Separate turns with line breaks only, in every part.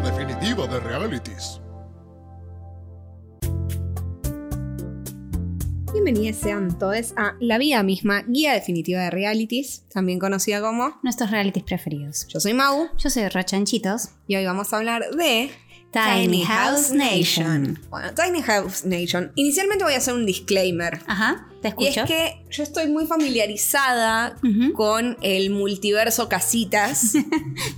mundo de realities.
Bienvenidos sean todos a La Vida Misma, guía definitiva de realities, también conocida como
Nuestros realities preferidos.
Yo soy Mau
Yo soy Rochanchitos.
y hoy vamos a hablar de
Tiny House Nation.
Bueno, Tiny House Nation. Inicialmente voy a hacer un disclaimer.
Ajá, te
Y es
escucho.
que yo estoy muy familiarizada
Ujú.
con el multiverso casitas.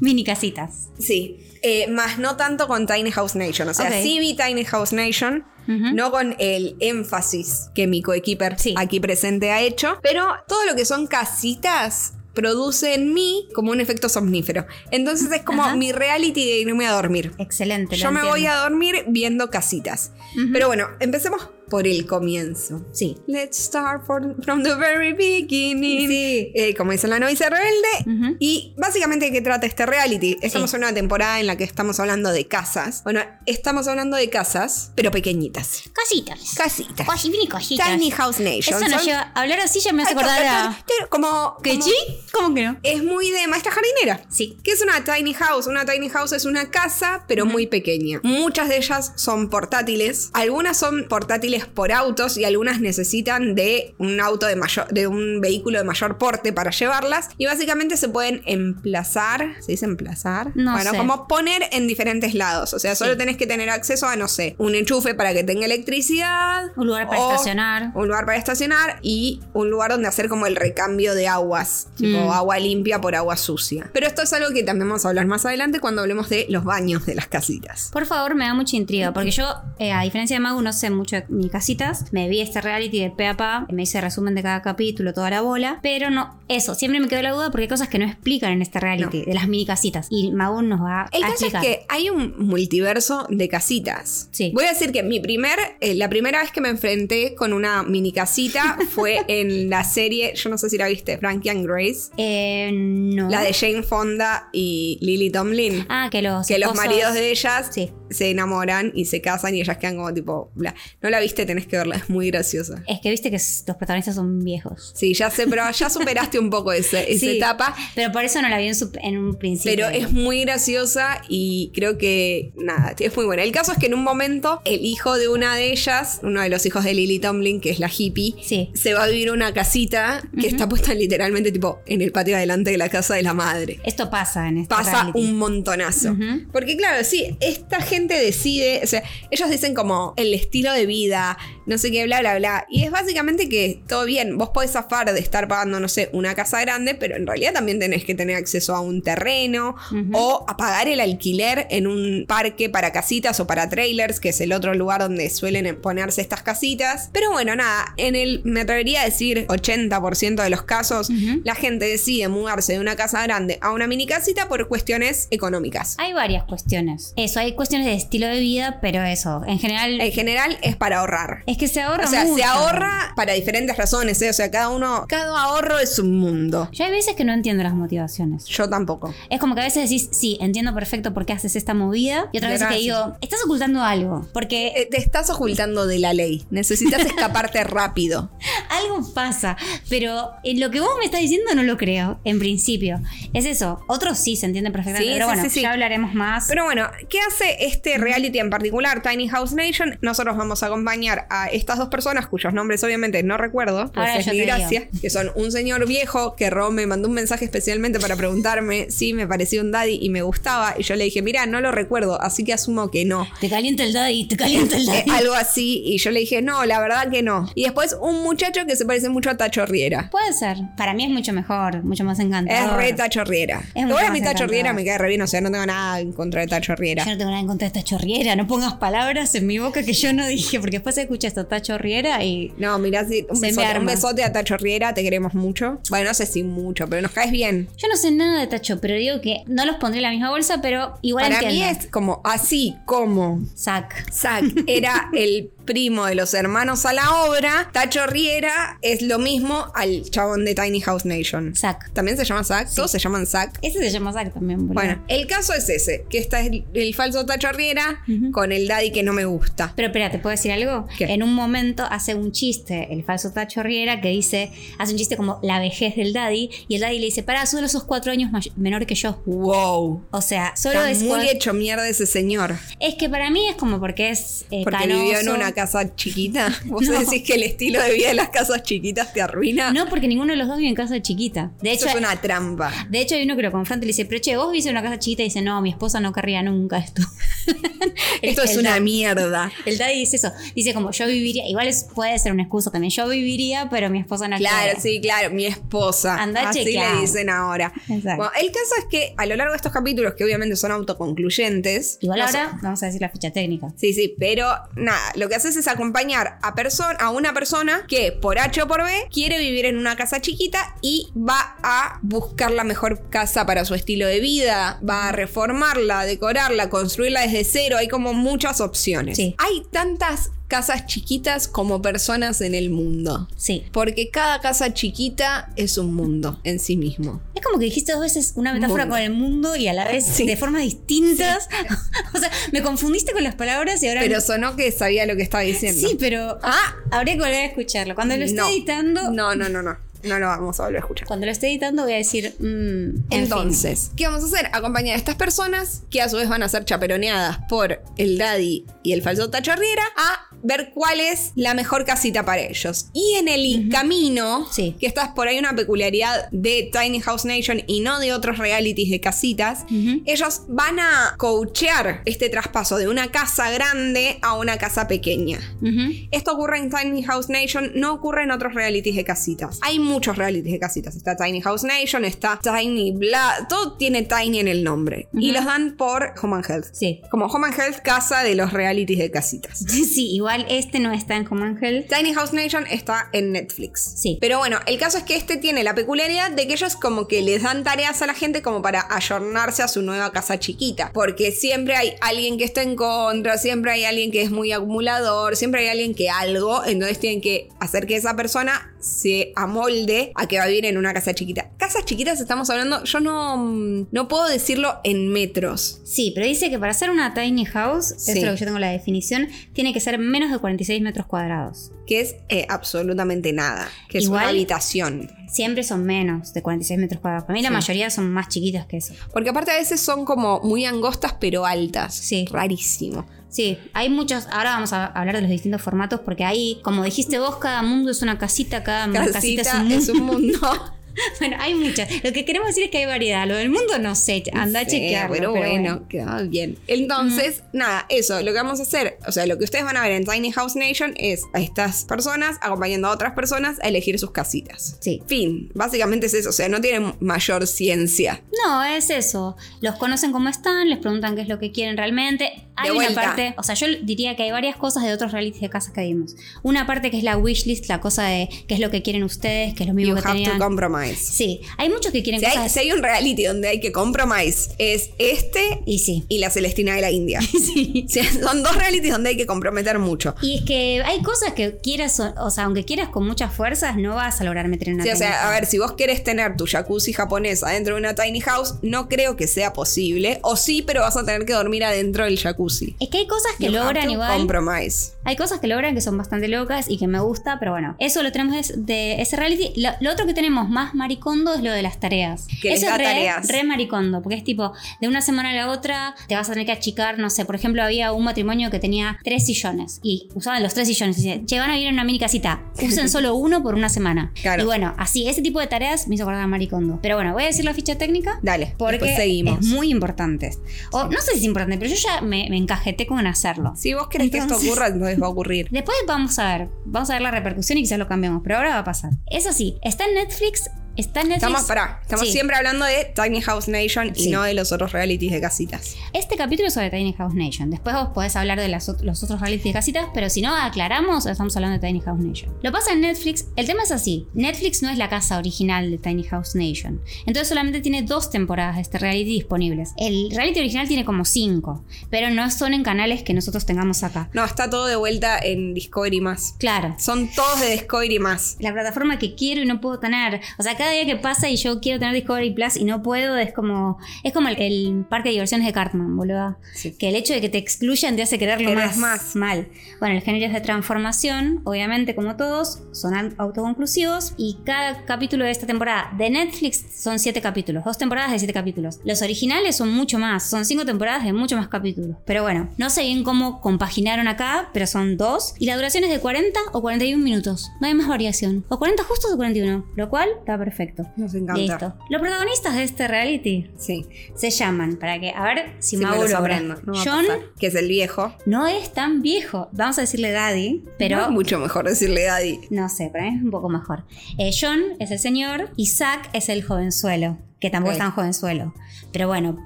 Mini casitas.
sí. eh, más no tanto con Tiny House Nation. O sea,
Ok.
sí vi Tiny House Nation.
Ujú.
No con el énfasis que mi coequiper
Sí.
aquí presente ha hecho, pero todo lo que son casitas produce en mí como un efecto somnífero. Entonces es como
Ajá.
mi reality de irme a dormir.
Excelente. lo
Yo me voy
entiendo.
a dormir viendo casitas.
Ujú.
Pero bueno, empecemos por el comienzo.
Sí.
Let's start from, from the very beginning.
Sí.
Eh, como dice la novicia rebelde.
Ujú.
Y básicamente de qué trata este reality. Estamos
Sí.
en una temporada en la que estamos hablando de casas. Bueno, estamos hablando de casas, pero pequeñitas.
Casitas.
Casitas.
Cosi- mini cositas.
Tiny House Nation.
Eso nos
Son-
lleva. Hablar así ya me hace
Ay,
acordar
ta-
a.
ta- ta- Como.
¿Qué
como-
chi? ¿Cómo que no?
Es muy de maestra jardinera.
Sí.
¿Qué es una tiny house? Una tiny house es una casa, pero muy pequeña. Muchas de ellas son portátiles. Algunas son portátiles por autos y algunas necesitan de un auto de mayor, de un vehículo de mayor porte para llevarlas. Y básicamente se pueden emplazar. ¿Se dice emplazar?
No
bueno,
sé.
como poner en diferentes lados. O sea, solo
Sí.
tenés que tener acceso a, no sé, un enchufe para que tenga electricidad.
Un lugar para
o-
estacionar.
un lugar para estacionar y un lugar donde hacer como el recambio de aguas, tipo
Mm.
agua limpia por agua sucia. Pero esto es algo que también vamos a hablar más adelante cuando hablemos de los baños de las casitas.
Por favor, me da mucha intriga, porque yo, eh, a diferencia de Magu, no sé mucho de mis casitas. Me vi este reality de pe a pa, me hice resumen de cada capítulo, toda la bola. Pero no, eso, siempre me quedó la duda porque hay cosas que no explican en este reality, de las mini casitas. Y Magu nos va
El
a
caso es
explicar.
que hay un multiverso de casitas.
Sí.
Voy a decir que mi primer, eh, la primera vez que me enfrenté con una mini casita fue en la serie, yo no sé si la viste, Frankie and Grace,
Eh, no.
la de Jane Fonda y Lily Tomlin.
Ah, que los.
que los
esposos-
maridos de ellas
Sí.
se enamoran y se casan y ellas quedan como tipo, bla. No la viste, tenés que verla, es muy graciosa.
Es que viste que s- los protagonistas son viejos.
Sí, ya sé, pero ya superaste un poco ese- esa
Sí,
etapa.
Pero por eso no la vi en, su- en un principio.
Pero es muy graciosa y creo que nada, es muy buena. El caso es que en un momento el hijo de una de ellas, uno de los hijos de Lily Tomlin, que es la hippie,
Sí.
se va a vivir a una casita que está puesta literalmente tipo en el patio de adelante de la casa de la madre.
Esto pasa en este
pasa
reality.
un montonazo.
Ujú.
Porque claro, sí, esta gente decide, o sea, ellos dicen como el estilo de vida, no sé qué, bla, bla, bla. Y es básicamente que todo bien, vos podés zafar de estar pagando, no sé, una casa grande, pero en realidad también tenés que tener acceso a un terreno
Ujú.
o a pagar el alquiler en un parque para casitas o para trailers, que es el otro lugar donde suelen ponerse estas casitas. Pero bueno, nada, en el, me atrevería a decir, 80% de los casos,
Ujú.
la gente decide mudarse de una casa grande a una mini casita por cuestiones económicas.
Hay varias cuestiones. Eso, hay cuestiones de estilo de vida, pero eso, en general,
En general es para ahorrar.
es que se ahorra
O sea, se
mucho.
ahorra para diferentes razones, ¿eh? O sea, cada uno, cada ahorro es un mundo.
Yo hay veces que no entiendo las motivaciones.
Yo tampoco.
Es como que a veces decís, sí, entiendo perfecto por qué haces esta movida. Y otras veces que
Gracias.
digo, estás ocultando algo. Porque
Eh, Te estás ocultando de la ley. Necesitas escaparte rápido.
algo pasa. Pero en lo que vos me estás diciendo no lo creo, en principio. Es eso. Otros sí se entienden perfectamente.
Sí,
pero
sí,
bueno,
sí, sí.
ya hablaremos más.
Pero bueno, ¿qué hace este reality en particular, Tiny House Nation? Nosotros vamos a acompañar a estas dos personas, cuyos nombres obviamente no recuerdo, pues
Ahora
es
yo
mi
te
gracia, que son un señor viejo que Ro me mandó un mensaje especialmente para preguntarme si me parecía un daddy y me gustaba. Y yo le dije, mira, no lo recuerdo, así que asumo que no.
te calienta el daddy, te calienta el
Eh,
daddy.
algo así, y yo le dije, no, la verdad que no. Y después un muchacho que se parece mucho a Tacho Riera.
Puede ser. Para mí es mucho mejor, mucho más
Es
encantador.
re Tacho Riera.
Ah. Es mucho
Igual a
más
mi Tacho
encantador.
Riera me cae re bien, o sea, no tengo nada en contra de Tacho Riera.
Yo no tengo nada en contra de esta chorriera, no pongas palabras en mi boca que yo no dije, porque después se escucha esto, está chorriera y...
No, mirá, sí, un,
Se me
besote, un
arma.
besote a Tacho Riera, te queremos mucho. Bueno, no sé si mucho, pero nos caes bien.
Yo no sé nada de Tacho, pero digo que no los pondré en la misma bolsa, pero igual
Para mí
entiendo.
es como así como
Zac.
Zack era el primo de los hermanos a la obra, Tacho Riera es lo mismo al chabón de Tiny House Nation.
Zac.
¿También se llama Zack? Todos se llaman Zack.
Ese se llama Zac también, boludo.
Bueno, el caso es ese, que está el, el falso Tacho Riera
Ujú.
con el daddy que no me gusta.
Pero espera, ¿te puedo decir algo? pasó.
¿Qué?
En un momento hace un chiste, el falso Tacho Riera, que dice, hace un chiste como la vejez del daddy, y el daddy le dice, pará, solo sos cuatro años may- menor que yo.
Wow.
O sea, solo
Está
es
muy
cua-
hecho mierda ese señor.
Es que para mí es como porque es eh,
Porque vivió en
canoso.
una casa chiquita. ¿Vos
No.
decís que el estilo de vida de las casas chiquitas te arruina?
No, porque ninguno de los dos vive en casa chiquita. De
Eso
hecho,
es una trampa.
de hecho hay uno que lo confronta y le dice, pero che, vos vivís en una casa chiquita y dice, no, mi esposa no querría nunca esto. El-
Esto es
el
una
daddy-
mierda.
El daddy dice eso, dice como yo viviría, igual es- puede ser un excuso también, yo viviría, pero mi esposa no
Claro,
quiere".
sí, claro, mi esposa.
Ah, Andá a
así
chequear.
le dicen ahora.
Exacto.
Bueno, el caso es que a lo largo de estos capítulos, que obviamente son autoconcluyentes.
Igual
no
ahora vamos a decir la ficha técnica.
Sí, sí, pero nada, lo que haces es acompañar a, perso- a una persona que por H o por B quiere vivir en una casa chiquita y va a buscar la mejor casa para su estilo de vida, va a reformarla, decorarla, construirla desde cero, hay como muchas opciones.
Sí.
Hay tantas casas chiquitas como personas en el mundo.
Sí.
Porque cada casa chiquita es un mundo en sí mismo.
Es como que dijiste dos veces una metáfora
Mundo.
con el mundo y a la vez
Sí.
de formas distintas. o sea, me confundiste con las palabras y ahora...
Pero sonó que sabía lo que estaba diciendo.
sí, pero
Ah,
habría que volver a escucharlo. Cuando lo esté
No.
editando,
No, no, no, no. No lo vamos a volver a escuchar.
cuando lo esté editando voy a decir... mm, en fin.
Entonces, ¿qué vamos a hacer? Acompañar a estas personas, que a su vez van a ser chaperoneadas por el daddy y el falso tacharriera, a ver cuál es la mejor casita para ellos. Y en el camino,
Sí.
que esta es por ahí una peculiaridad de Tiny House Nation y no de otros realities de casitas,
Ujú.
ellos van a coachear este traspaso de una casa grande a una casa pequeña.
Ujú.
Esto ocurre en Tiny House Nation, no ocurre en otros realities de casitas. Hay muchos realities de casitas. Está Tiny House Nation, está Tiny Bla, todo tiene Tiny en el nombre. Y
Ujú.
los dan por Home and Health.
Sí.
Como Home and Health, casa de los realities de casitas.
Sí, sí, igual este no está en Home Ángel.
Tiny House Nation está en Netflix.
Sí.
Pero bueno, el caso es que este tiene la peculiaridad de que ellos como que les dan tareas a la gente como para ayornarse a su nueva casa chiquita. Porque siempre hay alguien que está en contra, siempre hay alguien que es muy acumulador, siempre hay alguien que algo. Entonces tienen que hacer que esa persona se amolde a que va a vivir en una casa chiquita. Casas chiquitas estamos hablando, yo no, mm, no puedo decirlo en metros.
Sí, pero dice que para hacer una tiny house, eso
Sí.
es lo que yo tengo la definición, tiene que ser menos de 46 metros cuadrados.
Que es eh, absolutamente nada. Que es una
Igual-
habitación.
Siempre son menos de 46 metros cuadrados. Para mí la
Sí.
mayoría son más chiquitas que eso.
Porque aparte a veces son como muy angostas pero altas.
Sí.
Rarísimo.
Sí, hay muchos, ahora vamos a hablar de los distintos formatos porque ahí, como dijiste vos, cada mundo es una casita, cada casita es un mundo.
mundo.
Bueno, hay muchas. Lo que queremos decir es que hay variedad. Lo del mundo no sé, anda a
Sí,
chequearlo.
Pero, bueno, quedaba bien. Entonces, nada, eso, lo que vamos a hacer, o sea, lo que ustedes van a ver en Tiny House Nation es a estas personas acompañando a otras personas a elegir sus casitas.
Sí.
Fin, básicamente es eso, o sea, no tienen mayor ciencia.
No, es eso. Los conocen como están, les preguntan qué es lo que quieren realmente.
De
Hay una
vuelta.
parte, o sea, yo diría que hay varias cosas de otros realities de casas que vimos. Una parte que es la wishlist, la cosa de qué es lo que quieren ustedes, qué es lo mismo
You
que
have
tenían.
to compromise.
Sí, hay muchos que quieren
Si hay,
cosas.
si hay un reality donde hay que compromise, es este
Y sí.
y la Celestina de la India.
sí.
Sí, son dos realities donde hay que comprometer mucho.
Y es que hay cosas que quieras, o o sea, aunque quieras con muchas fuerzas, no vas a lograr meter en una
Sí, o sea,
técnica.
a ver, si vos querés tener tu jacuzzi japonés adentro de una tiny house, no creo que sea posible. O sí, pero vas a tener que dormir adentro del jacuzzi.
Es que hay cosas que
You have
logran
to
igual.
Compromise.
Hay cosas que logran que son bastante locas y que me gusta, pero bueno, eso lo tenemos de, de ese reality. Lo, lo otro que tenemos más maricondo es lo de las tareas.
Que les
eso
da
es re,
tareas.
re maricondo, porque es tipo, de una semana a la otra te vas a tener que achicar, no sé, por ejemplo, había un matrimonio que tenía tres sillones y usaban los tres sillones y decían, che, van a vivir en una mini casita, usen solo uno por una semana.
Claro.
Y bueno, así, ese tipo de tareas me hizo acordar a maricondo. Pero bueno, voy a decir la ficha técnica.
Dale,
Porque
después seguimos.
es muy importante. O, no sé si es importante, pero yo ya me, me encajeté con hacerlo.
Si vos querés que
Entonces-
esto ocurra, entonces va a ocurrir.
Después vamos a ver, vamos a ver la repercusión y quizás lo cambiamos, pero ahora va a pasar. Eso sí, está en Netflix, está en Netflix.
Estamos, pará, estamos
Sí.
siempre hablando de Tiny House Nation y
Sí.
no de los otros realities de casitas.
Este capítulo es sobre Tiny House Nation. Después vos podés hablar de las ot- los otros reality de casitas, pero si no aclaramos, estamos hablando de Tiny House Nation. Lo pasa en Netflix. El tema es así: Netflix no es la casa original de Tiny House Nation. Entonces solamente tiene dos temporadas de este reality disponibles. El reality original tiene como cinco, pero no son en canales que nosotros tengamos acá.
No, está todo de vuelta en Discovery más.
Claro.
Son todos de Discovery más.
la plataforma que quiero y no puedo tener. O sea, cada cada día que pasa y yo quiero tener Discovery Plus y no puedo, es como es como el, el parque de diversiones de Cartman, boludo.
Sí.
Que el hecho de que te excluyan te hace quererlo
Querés
más,
más.
mal. Bueno, los géneros de transformación, obviamente, como todos, son an- autoconclusivos y cada capítulo de esta temporada de Netflix son siete capítulos, dos temporadas de siete capítulos. Los originales son mucho más, son cinco temporadas de mucho más capítulos. Pero bueno, no sé bien cómo compaginaron acá, pero son dos. Y la duración es de 40 o 41 minutos. No hay más variación. O 40 justos o 41, lo cual está perfecto.
Nos encanta.
Listo. Los protagonistas de este reality
Sí.
se llaman, para que, a ver
Sí,
si,
me
Mauro
los
habrá.
aprendo, no va a
John
pasar. que es el viejo.
no es tan viejo. Vamos a decirle daddy,
No es
pero.
mucho mejor decirle Daddy.
No sé, para mí es un poco mejor. Eh, John es el señor, Isaac es el jovenzuelo, que tampoco
Ok.
es tan jovenzuelo. Pero bueno,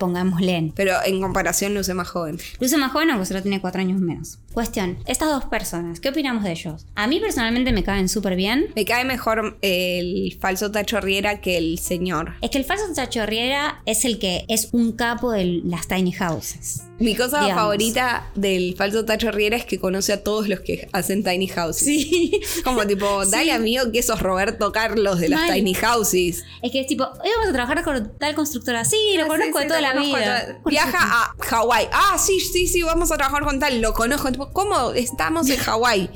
pongámosle.
Pero en comparación luce más joven.
Luce más joven, aunque solo tiene cuatro años menos. Cuestión, estas dos personas, ¿qué opinamos de ellos? A mí personalmente me caen súper bien.
Me cae mejor eh, el falso tachorriera que el señor.
Es que el falso chachorriera es el que es un capo de las tiny houses.
Mi cosa
Digamos.
favorita del falso tachorriera es que conoce a todos los que hacen tiny houses. Sí. Como tipo, dale amigo que sos Roberto Carlos de las
Mal.
tiny houses.
Es que es tipo, hoy vamos a trabajar con tal constructora. Sí, lo conozco
Ah, Sí,
de
sí,
toda
lo
la
conozco de
vida.
toda- Viaja a Hawái. Ah, sí, sí, sí, vamos a trabajar con tal. Lo conozco. Tipo, ¿Cómo estamos en Hawái?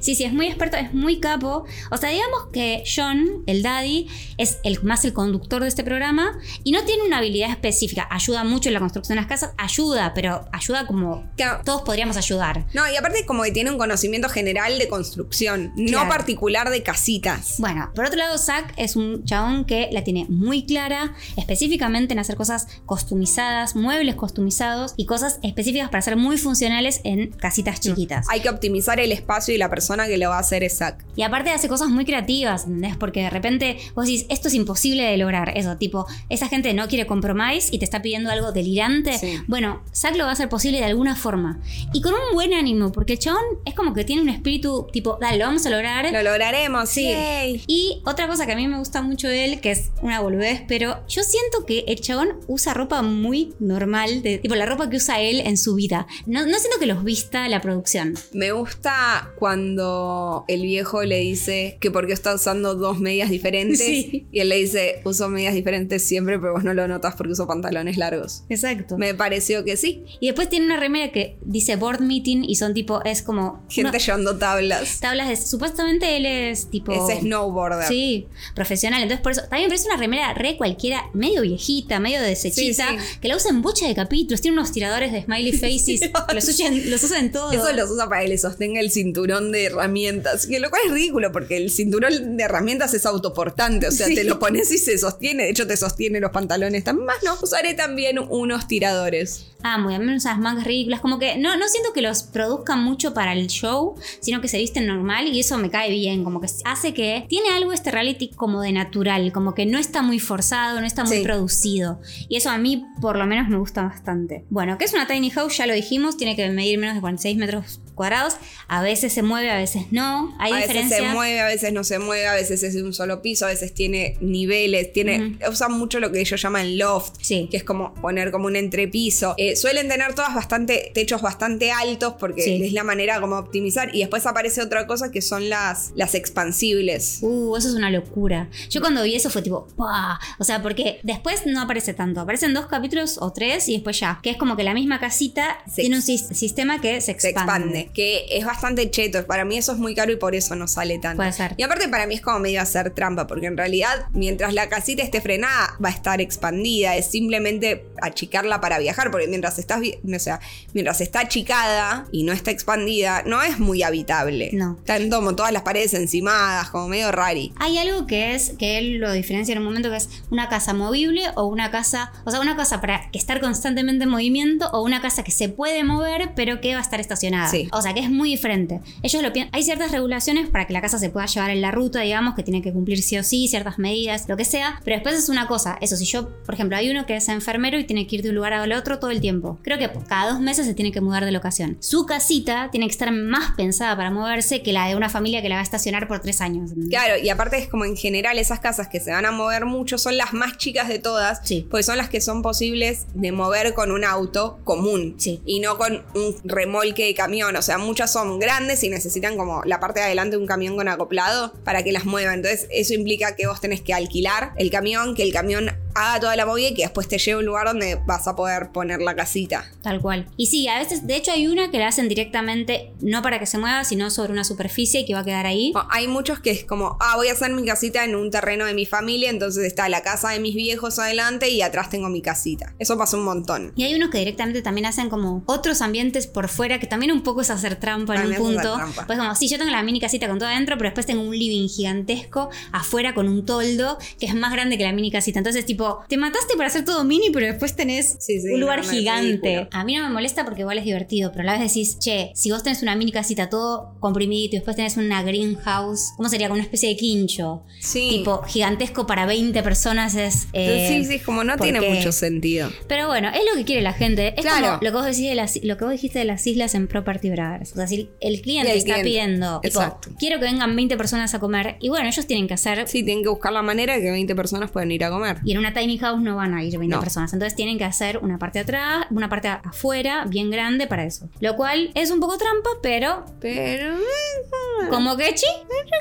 Sí, sí, es muy experto, es muy capo. O sea, digamos que John, el daddy, es el, más el conductor de este programa y no tiene una habilidad específica. Ayuda mucho en la construcción de las casas, ayuda, pero ayuda como
Claro.
todos podríamos ayudar.
No, y aparte como que tiene un conocimiento general de construcción,
Claro.
no particular de casitas.
Bueno, por otro lado, Zack es un chabón que la tiene muy clara, específicamente en hacer cosas costumizadas, muebles costumizados y cosas específicas para ser muy funcionales en casitas chiquitas.
Hay que optimizar el espacio y la persona que lo va a hacer es Zack.
Y aparte hace cosas muy creativas, ¿entendés? Porque de repente vos decís, esto es imposible de lograr. Eso, tipo, esa gente no quiere compromise y te está pidiendo algo delirante.
Sí.
Bueno, Zack lo va a hacer posible de alguna forma. Y con un buen ánimo, porque el chabón es como que tiene un espíritu tipo, dale, lo vamos a lograr.
Lo lograremos,
Sí.
sí.
Y otra cosa que a mí me gusta mucho de él, que es una boludez, pero yo siento que el chabón usa ropa muy normal, de- tipo la ropa que usa él en su vida. No, no siento que los vista la producción.
Me gusta cuando el viejo le dice que porque está usando dos medias diferentes
Sí.
y él le dice, uso medias diferentes siempre, pero vos no lo notas porque uso pantalones largos.
Exacto.
Me pareció que sí.
Y después tiene una remera que dice board meeting y son tipo, es como.
Gente
no,
llevando tablas.
tablas de. Supuestamente él es tipo.
Es snowboarder.
Sí, profesional. Entonces, por eso. También me parece una remera re cualquiera, medio viejita, medio desechita,
Sí, sí.
que la usa en bocha de capítulos. Tiene unos tiradores de smiley faces. que los, usa en- los usa en todo.
Eso los usa para que le sostenga el cinturón de herramientas. Que lo cual es ridículo, porque el cinturón de herramientas es autoportante. O sea,
Sí.
te lo pones y se sostiene. De hecho, te sostiene los pantalones. También más no. Usaré también unos tiradores.
Ah, muy bien, unas mangas ridículas. Como que no, no siento que los produzcan mucho para el show, sino que se visten normal y eso me cae bien. Como que hace que tiene algo este reality como de natural, como que no está muy forzado, no está muy
Sí.
producido. Y eso a mí por lo menos me gusta bastante. Bueno, que es una tiny house, ya lo dijimos, tiene que medir menos de 46 metros cuadrados. A veces se mueve, a veces no. Hay
a
diferencias.
veces se mueve, a veces no se mueve, a veces es de un solo piso, a veces tiene niveles, tiene, usan mucho lo que ellos llaman loft,
Sí.
que es como poner como un entrepiso. Eh, suelen tener todas bastante, techos bastante altos porque
Sí.
es la manera como optimizar. Y después aparece otra cosa que son las, las expansibles.
Uh, eso es una locura. Yo cuando vi eso fue tipo, ¡pah! O sea, porque después no aparece tanto. Aparecen dos capítulos o tres y después ya. Que es como que la misma casita
Sí.
tiene un sis- sistema que se
se expande,
expande.
que es bastante cheto. Para mí eso es muy caro y por eso no sale tanto.
Puede ser.
Y aparte para mí es como medio hacer trampa, porque en realidad mientras la casita esté frenada va a estar expandida, es simplemente achicarla para viajar, porque mientras estás, vi- o sea, mientras está achicada y no está expandida, no es muy habitable.
No.
Tanto como todas las paredes encimadas, como medio rari.
Hay algo que es, que él lo diferencia en un momento, que es una casa movible o una casa, o sea, una casa para que estar constantemente en movimiento o una casa que se puede mover pero que va a estar estacionada.
Sí.
O sea, que es muy diferente. Ellos lo piensan, hay ciertas regulaciones para que la casa se pueda llevar en la ruta, digamos, que tiene que cumplir sí o sí, ciertas medidas, lo que sea, pero después es una cosa, eso, si yo, por ejemplo, hay uno que es enfermero y tiene que ir de un lugar al otro todo el tiempo, creo que cada dos meses se tiene que mudar de locación. Su casita tiene que estar más pensada para moverse que la de una familia que la va a estacionar por tres años. ¿entendés?
Claro, y aparte es como en general esas casas que se van a mover mucho son las más chicas de todas,
Sí.
porque son las que son posibles de mover con un auto común
Sí.
y no con un remolque de camión. O sea, muchas son grandes y necesitan como la parte de adelante de un camión con acoplado para que las muevan. Entonces, eso implica que vos tenés que alquilar el camión, que el camión haga toda la movida y que después te lleve a un lugar donde vas a poder poner la casita.
Tal cual. Y sí, a veces, de hecho, hay una que la hacen directamente, no para que se mueva, sino sobre una superficie que va a quedar ahí.
O Hay muchos que es como, ah, voy a hacer mi casita en un terreno de mi familia, entonces está la casa de mis viejos adelante y atrás tengo mi casita. Eso pasa un montón.
Y hay unos que directamente también hacen como otros ambientes por fuera, que también un poco es hacer trampa en
También
un
es hacer
punto.
trampa.
Pues como, sí, yo tengo la mini casita con todo adentro, pero después tengo un living gigantesco afuera con un toldo que es más grande que la mini casita. Entonces, tipo, te mataste para hacer todo mini, pero después tenés
Sí, sí,
un lugar
no, no, es
gigante.
ridículo.
A mí no me molesta porque igual es divertido, pero a la vez decís, che, si vos tenés una mini casita todo comprimidito y después tenés una greenhouse, ¿cómo sería? Como una especie de quincho.
Sí.
Tipo, gigantesco para 20 personas es... eh,
sí, sí, es como no
¿por
tiene
qué?
mucho sentido.
pero bueno, es lo que quiere la gente. Es
Claro.
como lo que, vos decís de las, lo que vos dijiste de las islas en Property Brothers. O sea, si el cliente
Y el
está
cliente.
pidiendo, tipo,
Exacto.
quiero que vengan 20 personas a comer. Y bueno, ellos tienen que hacer.
Sí, tienen que buscar la manera de que 20 personas puedan ir a comer.
Y en una tiny house no van a ir 20
No.
personas. Entonces tienen que hacer una parte atrás, una parte afuera, bien grande para eso. Lo cual es un poco trampa, pero
Pero... eh,
como que chi.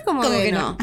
como,
Como
que,
que
no.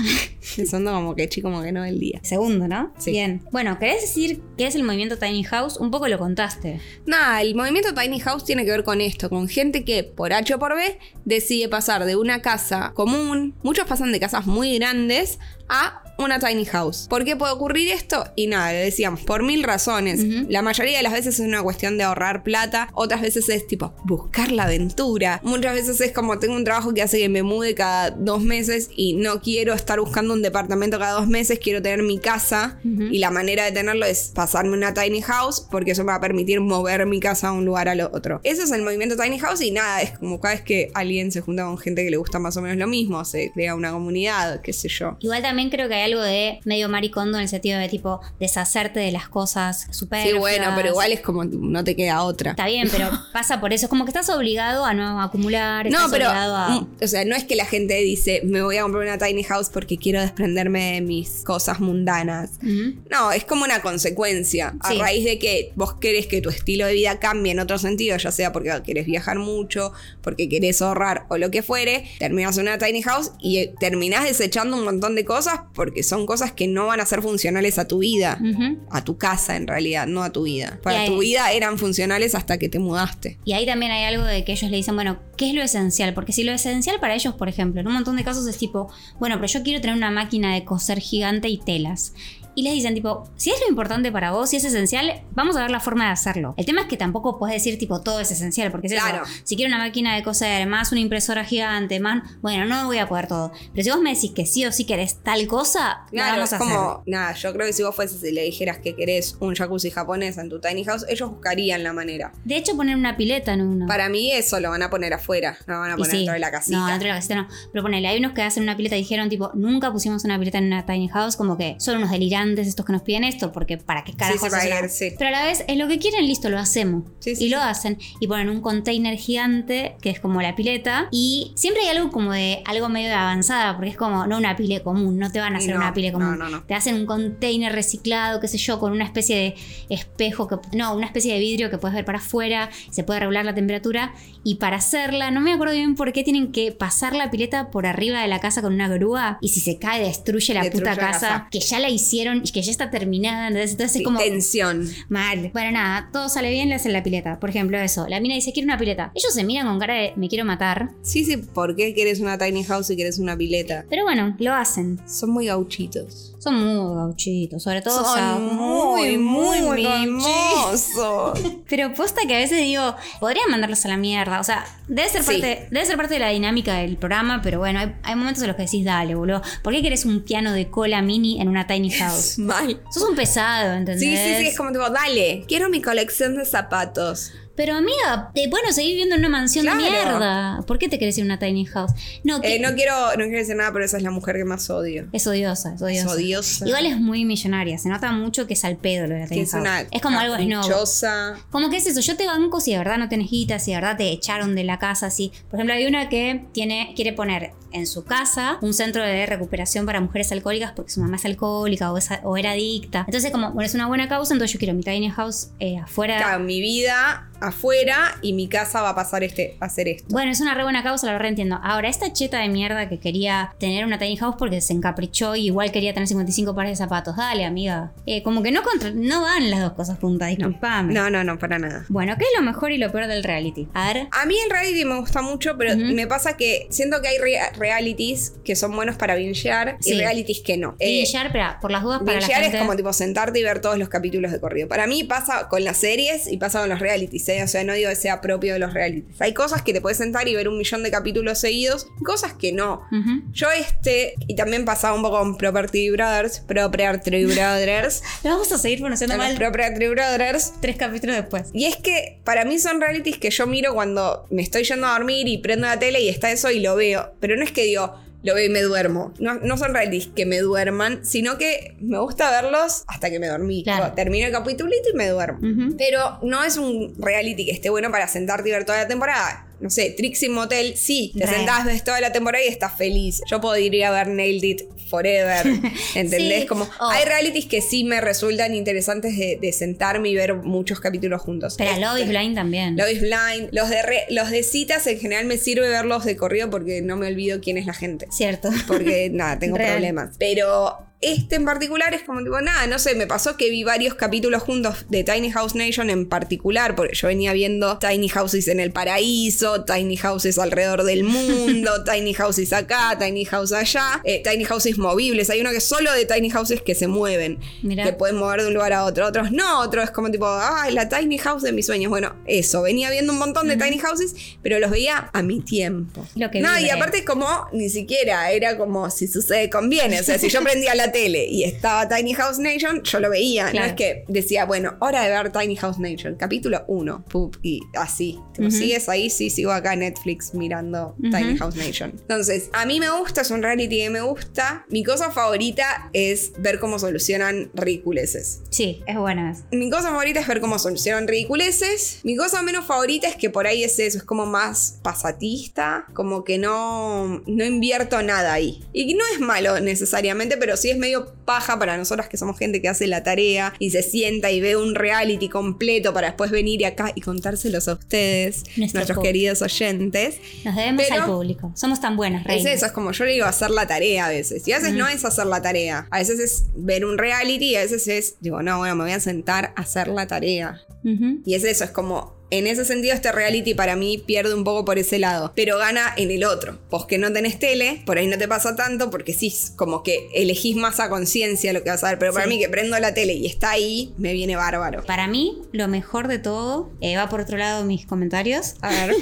Pensando como que chico, como que no el día.
Segundo, ¿no?
Sí.
Bien. Bueno, ¿querés decir qué es el movimiento tiny house? Un poco lo contaste.
Nada, el movimiento Tiny House tiene que ver con esto, con gente que por H o por B decide pasar de una casa común, muchos pasan de casas muy grandes, a una tiny house. ¿Por qué puede ocurrir esto? Y nada, lo decíamos, por mil razones.
Ujú.
La mayoría de las veces es una cuestión de ahorrar plata, otras veces es tipo buscar la aventura, muchas veces es como tengo un trabajo que hace que me mude cada dos meses y no quiero estar buscando un departamento cada dos meses, quiero tener mi casa
Ujú.
y la manera de tenerlo es pasarme una tiny house porque eso me va a permitir mover mi casa de un lugar al otro. Eso es el movimiento tiny house y nada, es como cada vez que alguien se junta con gente que le gusta más o menos lo mismo, se crea una comunidad, qué sé yo.
Igual también creo que hay algo de medio maricondo en el sentido de tipo deshacerte de las cosas super.
Sí, bueno, pero igual es como no te queda otra.
Está bien, pero pasa por eso. Es como que estás obligado a no acumular.
No,
estás
pero,
obligado a.
mm, o sea, no es que la gente dice, me voy a comprar una tiny house porque quiero desprenderme de mis cosas mundanas.
Ujú.
No, es como una consecuencia. A
Sí.
raíz de que vos querés que tu estilo de vida cambie en otro sentido, ya sea porque querés viajar mucho, porque querés ahorrar o lo que fuere, terminás en una tiny house y eh, terminás desechando un montón de cosas porque son cosas que no van a ser funcionales a tu vida.
Ujú.
A tu casa, en realidad, no a tu vida. Para
Mm. ahí-
tu vida eran funcionales hasta que te mudaste.
Y ahí también hay algo de que ellos le dicen, bueno, ¿qué es lo esencial? Porque si lo esencial para ellos, por ejemplo, en un montón de casos es tipo, bueno, pero yo quiero tener una máquina de coser gigante y telas. Y les dicen, tipo, si es lo importante para vos, si es esencial, vamos a ver la forma de hacerlo. El tema es que tampoco puedes decir, tipo, todo es esencial, porque es eso.
Claro.
Si quiero una máquina de coser, más una impresora gigante, más. Bueno, no voy a poder todo. Pero si vos me decís que sí o sí querés tal cosa, la
Claro,
vamos
es
a
como,
hacer.
nada, yo creo que si vos fueses y le dijeras que querés un jacuzzi japonés en tu tiny house, ellos buscarían la manera.
De hecho, poner una pileta en uno.
Para mí eso lo van a poner afuera, no lo van a
Y
poner
sí.
dentro de la casita.
No, dentro de la casita no. Pero ponele, hay unos que hacen una pileta y dijeron, tipo, nunca pusimos una pileta en una tiny house, como que son unos delirantes estos que nos piden esto, porque para qué carajo
Sí, sí,
haces
para
una-
ir, sí.
Pero a la vez, es lo que quieren, listo, lo hacemos.
Sí, sí,
y lo
sí.
hacen. Y ponen un container gigante, que es como la pileta. Y siempre hay algo como de algo medio de avanzada, porque es como, no una pile común, no te van a
Y
hacer
no,
una pile común.
no, no, no.
Te hacen un container reciclado, qué sé yo, con una especie de espejo, que, no, una especie de vidrio que puedes ver para afuera, se puede regular la temperatura. Y para hacerla, no me acuerdo bien por qué tienen que pasar la pileta por arriba de la casa con una grúa. Y si se cae, destruye la
Destruye
puta
la
casa,
casa.
que ya la hicieron y que ya está terminada. ¿entendés? Entonces
Sí,
es como.
Tensión.
Mal. Bueno, nada, todo sale bien, le hacen la pileta. Por ejemplo, eso. La mina dice, quiero una pileta. Ellos se miran con cara de, me quiero matar.
Sí, sí, ¿por qué querés una tiny house y querés una pileta?
Pero bueno, lo hacen.
Son muy gauchitos.
Son muy gauchitos, sobre todo. o sea,
Son muy, muy,
gauchitos.
mimosos.
Pero posta que a veces digo, podría mandarlos a la mierda. O sea, debe ser,
Sí.
parte, debe ser parte de la dinámica del programa, pero bueno, hay, hay momentos en los que decís, dale, boludo. ¿Por qué querés un piano de cola mini en una tiny house?
Mal.
Sos un pesado, ¿entendés?
Sí, sí, sí, es como tipo, dale, quiero mi colección de zapatos.
Pero amiga, te, bueno, seguir viviendo en una mansión de
Claro.
mierda. ¿Por qué te querés ir a una tiny house? No, que-
Eh, no quiero, no quiero decir nada, pero esa es la mujer que más odio.
es odiosa, es
Es
odiosa.
odiosa.
Igual es muy millonaria, se nota mucho que es al pedo lo de la tiny
que es
house.
una
es como algo snob.
caprichosa.
Como que es eso, yo te banco si de verdad no tenés guita, si de verdad te echaron de la casa, si. Por ejemplo, hay una que tiene, quiere poner en su casa un centro de recuperación para mujeres alcohólicas porque su mamá es alcohólica o, es- o era adicta. Entonces, como bueno, es una buena causa, entonces yo quiero mi tiny house eh, afuera.
Claro, mi vida afuera y mi casa va a pasar este, a hacer esto.
Bueno, es una re buena causa, la verdad entiendo. Ahora, esta cheta de mierda que quería tener una tiny house porque se encaprichó y igual quería tener 55 pares de zapatos. Dale, amiga. Eh, como que no, contra- no van las dos cosas juntas, disculpame.
No, no, no, para nada.
Bueno, ¿qué es lo mejor y lo peor del reality? A ver.
A mí el reality me gusta mucho, pero
Ujú.
me pasa que siento que hay rea- realities que son buenos para bingear
Sí.
y realities que no. Eh,
Villar, espera, por las dudas para la
Bingear
gente.
es como tipo sentarte y ver todos los capítulos de corrido. Para mí pasa con las series y pasa con los realities. ¿eh? O sea, no digo que sea propio de los realities. Hay cosas que te puedes sentar y ver un millón de capítulos seguidos, y cosas que no.
Ujú.
Yo este, y también pasaba un poco con Property Brothers, Property Brothers,
Lo vamos a seguir pronunciando
con los
mal
Property Brothers,
tres capítulos después.
y es que para mí son realities que yo miro cuando me estoy yendo a dormir y prendo la tele y está eso y lo veo. Pero no es que digo, lo veo y me duermo. No, no son realities que me duerman, sino que me gusta verlos hasta que me dormí.
Claro.
Tipo, termino el capítulo y me duermo.
Ujú.
Pero no es un reality que esté bueno para sentarte y ver toda la temporada. No sé, Trixie Motel, sí, te
Re.
sentás, ves toda la temporada y estás feliz. Yo podría haber Nailed It Forever. ¿Entendés?
Sí.
Como
Oh.
hay realities que sí me resultan interesantes de, de sentarme y ver muchos capítulos juntos.
Espera,
Este,
Love is Blind también.
Love is Blind. Los de, re- los de citas en general me sirve verlos de corrido porque no me olvido quién es la gente.
Cierto.
Porque nada, tengo
Real.
problemas. Pero este en particular es como tipo, nada, no sé, me pasó que vi varios capítulos juntos de Tiny House Nation en particular, porque yo venía viendo Tiny Houses en el paraíso, Tiny Houses alrededor del mundo, Tiny Houses acá, Tiny House allá, eh, Tiny Houses movibles. Hay uno que es solo de Tiny Houses que se mueven,
Mirá.
que pueden mover de un lugar a otro. Otros no, otros es como tipo, ah, la Tiny House de mis sueños. Bueno, eso, venía viendo un montón de Tiny Houses, pero los veía a mi tiempo.
Lo que
no, y
vibre.
aparte es como ni siquiera era como si sucede conviene. O sea, si yo prendía la tele y estaba Tiny House Nation, yo lo veía.
Claro.
No es que decía, bueno, hora de ver Tiny House Nation, capítulo 1, y así. Tipo,
Ujú.
¿Sigues ahí? Sí, sigo acá en Netflix mirando Tiny
Ujú.
House Nation. Entonces, a mí me gusta, es un reality que me gusta. Mi cosa favorita es ver cómo solucionan ridiculeces.
Sí, es buena esa.
Mi cosa favorita es ver cómo solucionan ridiculeces. Mi cosa menos favorita es que por ahí es eso, es como más pasatista, como que no, no invierto nada ahí. Y no es malo necesariamente, pero sí es medio paja para nosotras que somos gente que hace la tarea y se sienta y ve un reality completo para después venir acá y contárselos a ustedes,
Nuestro
nuestros
público.
queridos oyentes.
Nos debemos
Pero-
al público. Somos tan buenas,
Es
reinas.
eso, es como yo le digo hacer la tarea a veces. Y a veces no es hacer la tarea. A veces es ver un reality y a veces es, digo, no, bueno, me voy a sentar a hacer la tarea.
Ujú.
Y es eso, es como, en ese sentido este reality para mí pierde un poco por ese lado, pero gana en el otro. Vos que no tenés tele, por ahí no te pasa tanto porque sí, es como que elegís más a conciencia lo que vas a ver, pero para
Sí.
mí que prendo la tele y está ahí, me viene bárbaro.
Para mí, lo mejor de todo, eh, va por otro lado mis comentarios,
A ver,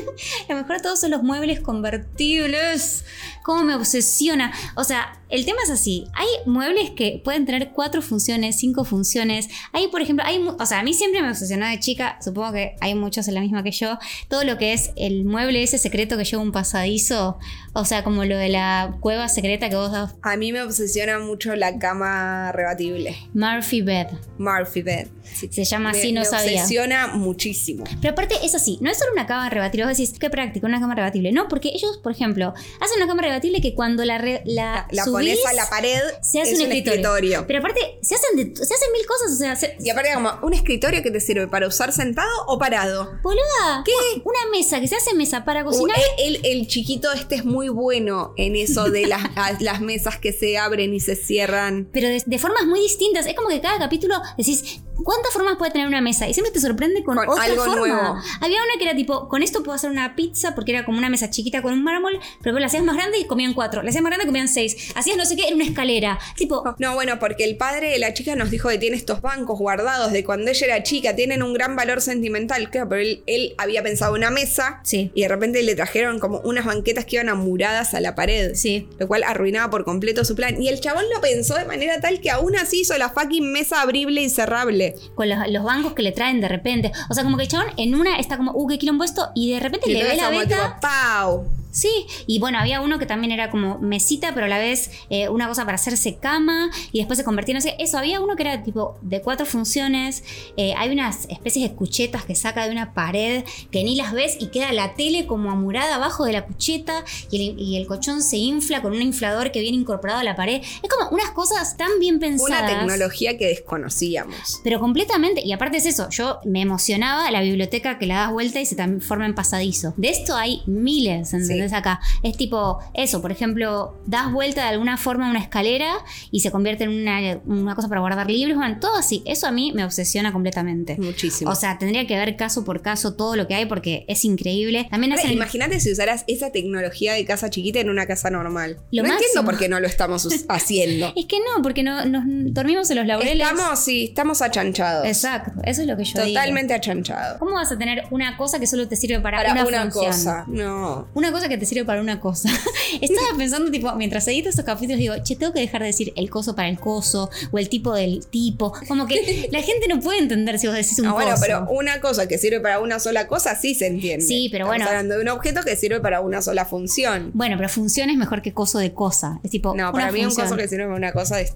Lo mejor de todo son los muebles convertibles. Cómo me obsesiona. O sea, el tema es así. Hay muebles que pueden tener cuatro funciones, cinco funciones. Hay, por ejemplo, hay, mu- o sea, a mí siempre me obsesionó de chica. Supongo que hay muchos en la misma que yo. Todo lo que es el mueble ese secreto que lleva un pasadizo. O sea, como lo de la cueva secreta que vos das.
a mí me obsesiona mucho la cama rebatible,
Murphy Bed.
Murphy Bed.
Se llama
Me-
así, no
me
sabía.
obsesiona muchísimo.
Pero aparte es así, no es solo una cama rebatible, vos decís, qué práctica, una cama rebatible. No, porque ellos, por ejemplo, hacen una cama rebatible que cuando la, re- la,
La
subís,
pones a la pared,
se hace
es
un, escritorio. Pero aparte, se hacen, de- se hacen mil cosas, o sea, se-
Y aparte como, ¿un escritorio que te sirve para usar sentado o parado?
boluda, una mesa, que se hace mesa para cocinar.
Uh, el, el chiquito este es muy bueno en eso de las, a- las mesas que se abren y se cierran.
pero de, de formas muy distintas. Es como que cada capítulo decís, ¿cuántas formas puede tener una mesa? Y siempre te sorprende con,
Con
otra
algo
forma.
nuevo.
Había una que era tipo, con esto puedo hacer una pizza porque era como una mesa chiquita con un mármol, pero vos la hacías más grande y comían cuatro, la hacías más grande y comían seis, hacías no sé qué en una escalera. Tipo,
No, bueno, porque el padre de la chica nos dijo que tiene estos bancos guardados de cuando ella era chica, tienen un gran valor sentimental. Claro, pero él, él había pensado una mesa
Sí.
y de repente le trajeron como unas banquetas que iban amuradas a la pared.
Sí.
Lo cual arruinaba por completo su plan. Y el chabón lo pensó de manera tal que aún así hizo la fucking mesa abrible y cerrable.
con los, los bancos que le traen de repente. O sea, como que el chabón en una está como, uh, qué quilombo esto, y de repente
Y
le ve
entonces
la
como
beta.
tipo, ¡Pau!
Sí, y bueno, había uno que también era como mesita, pero a la vez eh, una cosa para hacerse cama y después se convertía, no sé, eso, había uno que era tipo de cuatro funciones, eh, hay unas especies de cuchetas que saca de una pared que ni las ves y queda la tele como amurada abajo de la cucheta y el, y el colchón se infla con un inflador que viene incorporado a la pared. Es como unas cosas tan bien pensadas.
Una tecnología que desconocíamos.
Pero completamente, y aparte es eso, yo me emocionaba la biblioteca que la das vuelta y se transforma en pasadizo. De esto hay miles, ¿entendés?
Sí.
Acá. Es tipo eso, por ejemplo, das vuelta de alguna forma a una escalera y se convierte en una, una cosa para guardar libros, bueno, todo así. Eso a mí me obsesiona completamente.
Muchísimo.
O sea, tendría que ver caso por caso todo lo que hay porque es increíble. También
Ahora,
hacen...
Imagínate si usaras esa tecnología de casa chiquita en una casa normal.
Lo
no
máximo.
entiendo por qué no lo estamos us- haciendo.
Es que no, porque no, nos dormimos en los laureles.
Estamos, sí, estamos achanchados.
Exacto, eso es lo que yo digo.
Totalmente achanchados.
¿Cómo vas a tener una cosa que solo te sirve para,
Para
una,
una,
función?
cosa. No.
Una cosa que te sirve para una cosa. Estaba pensando, tipo, mientras edito estos capítulos, digo, che, tengo que dejar de decir el coso para el coso o el tipo del tipo. Como que la gente no puede entender si vos decís un
Ah, bueno,
coso.
pero una cosa que sirve para una sola cosa sí se entiende.
Sí, pero
Estamos
bueno.
hablando de un objeto que sirve para una sola función.
Bueno, pero función es mejor que coso de cosa. Es tipo,
No, para
una
mí un
función.
coso que sirve para una cosa es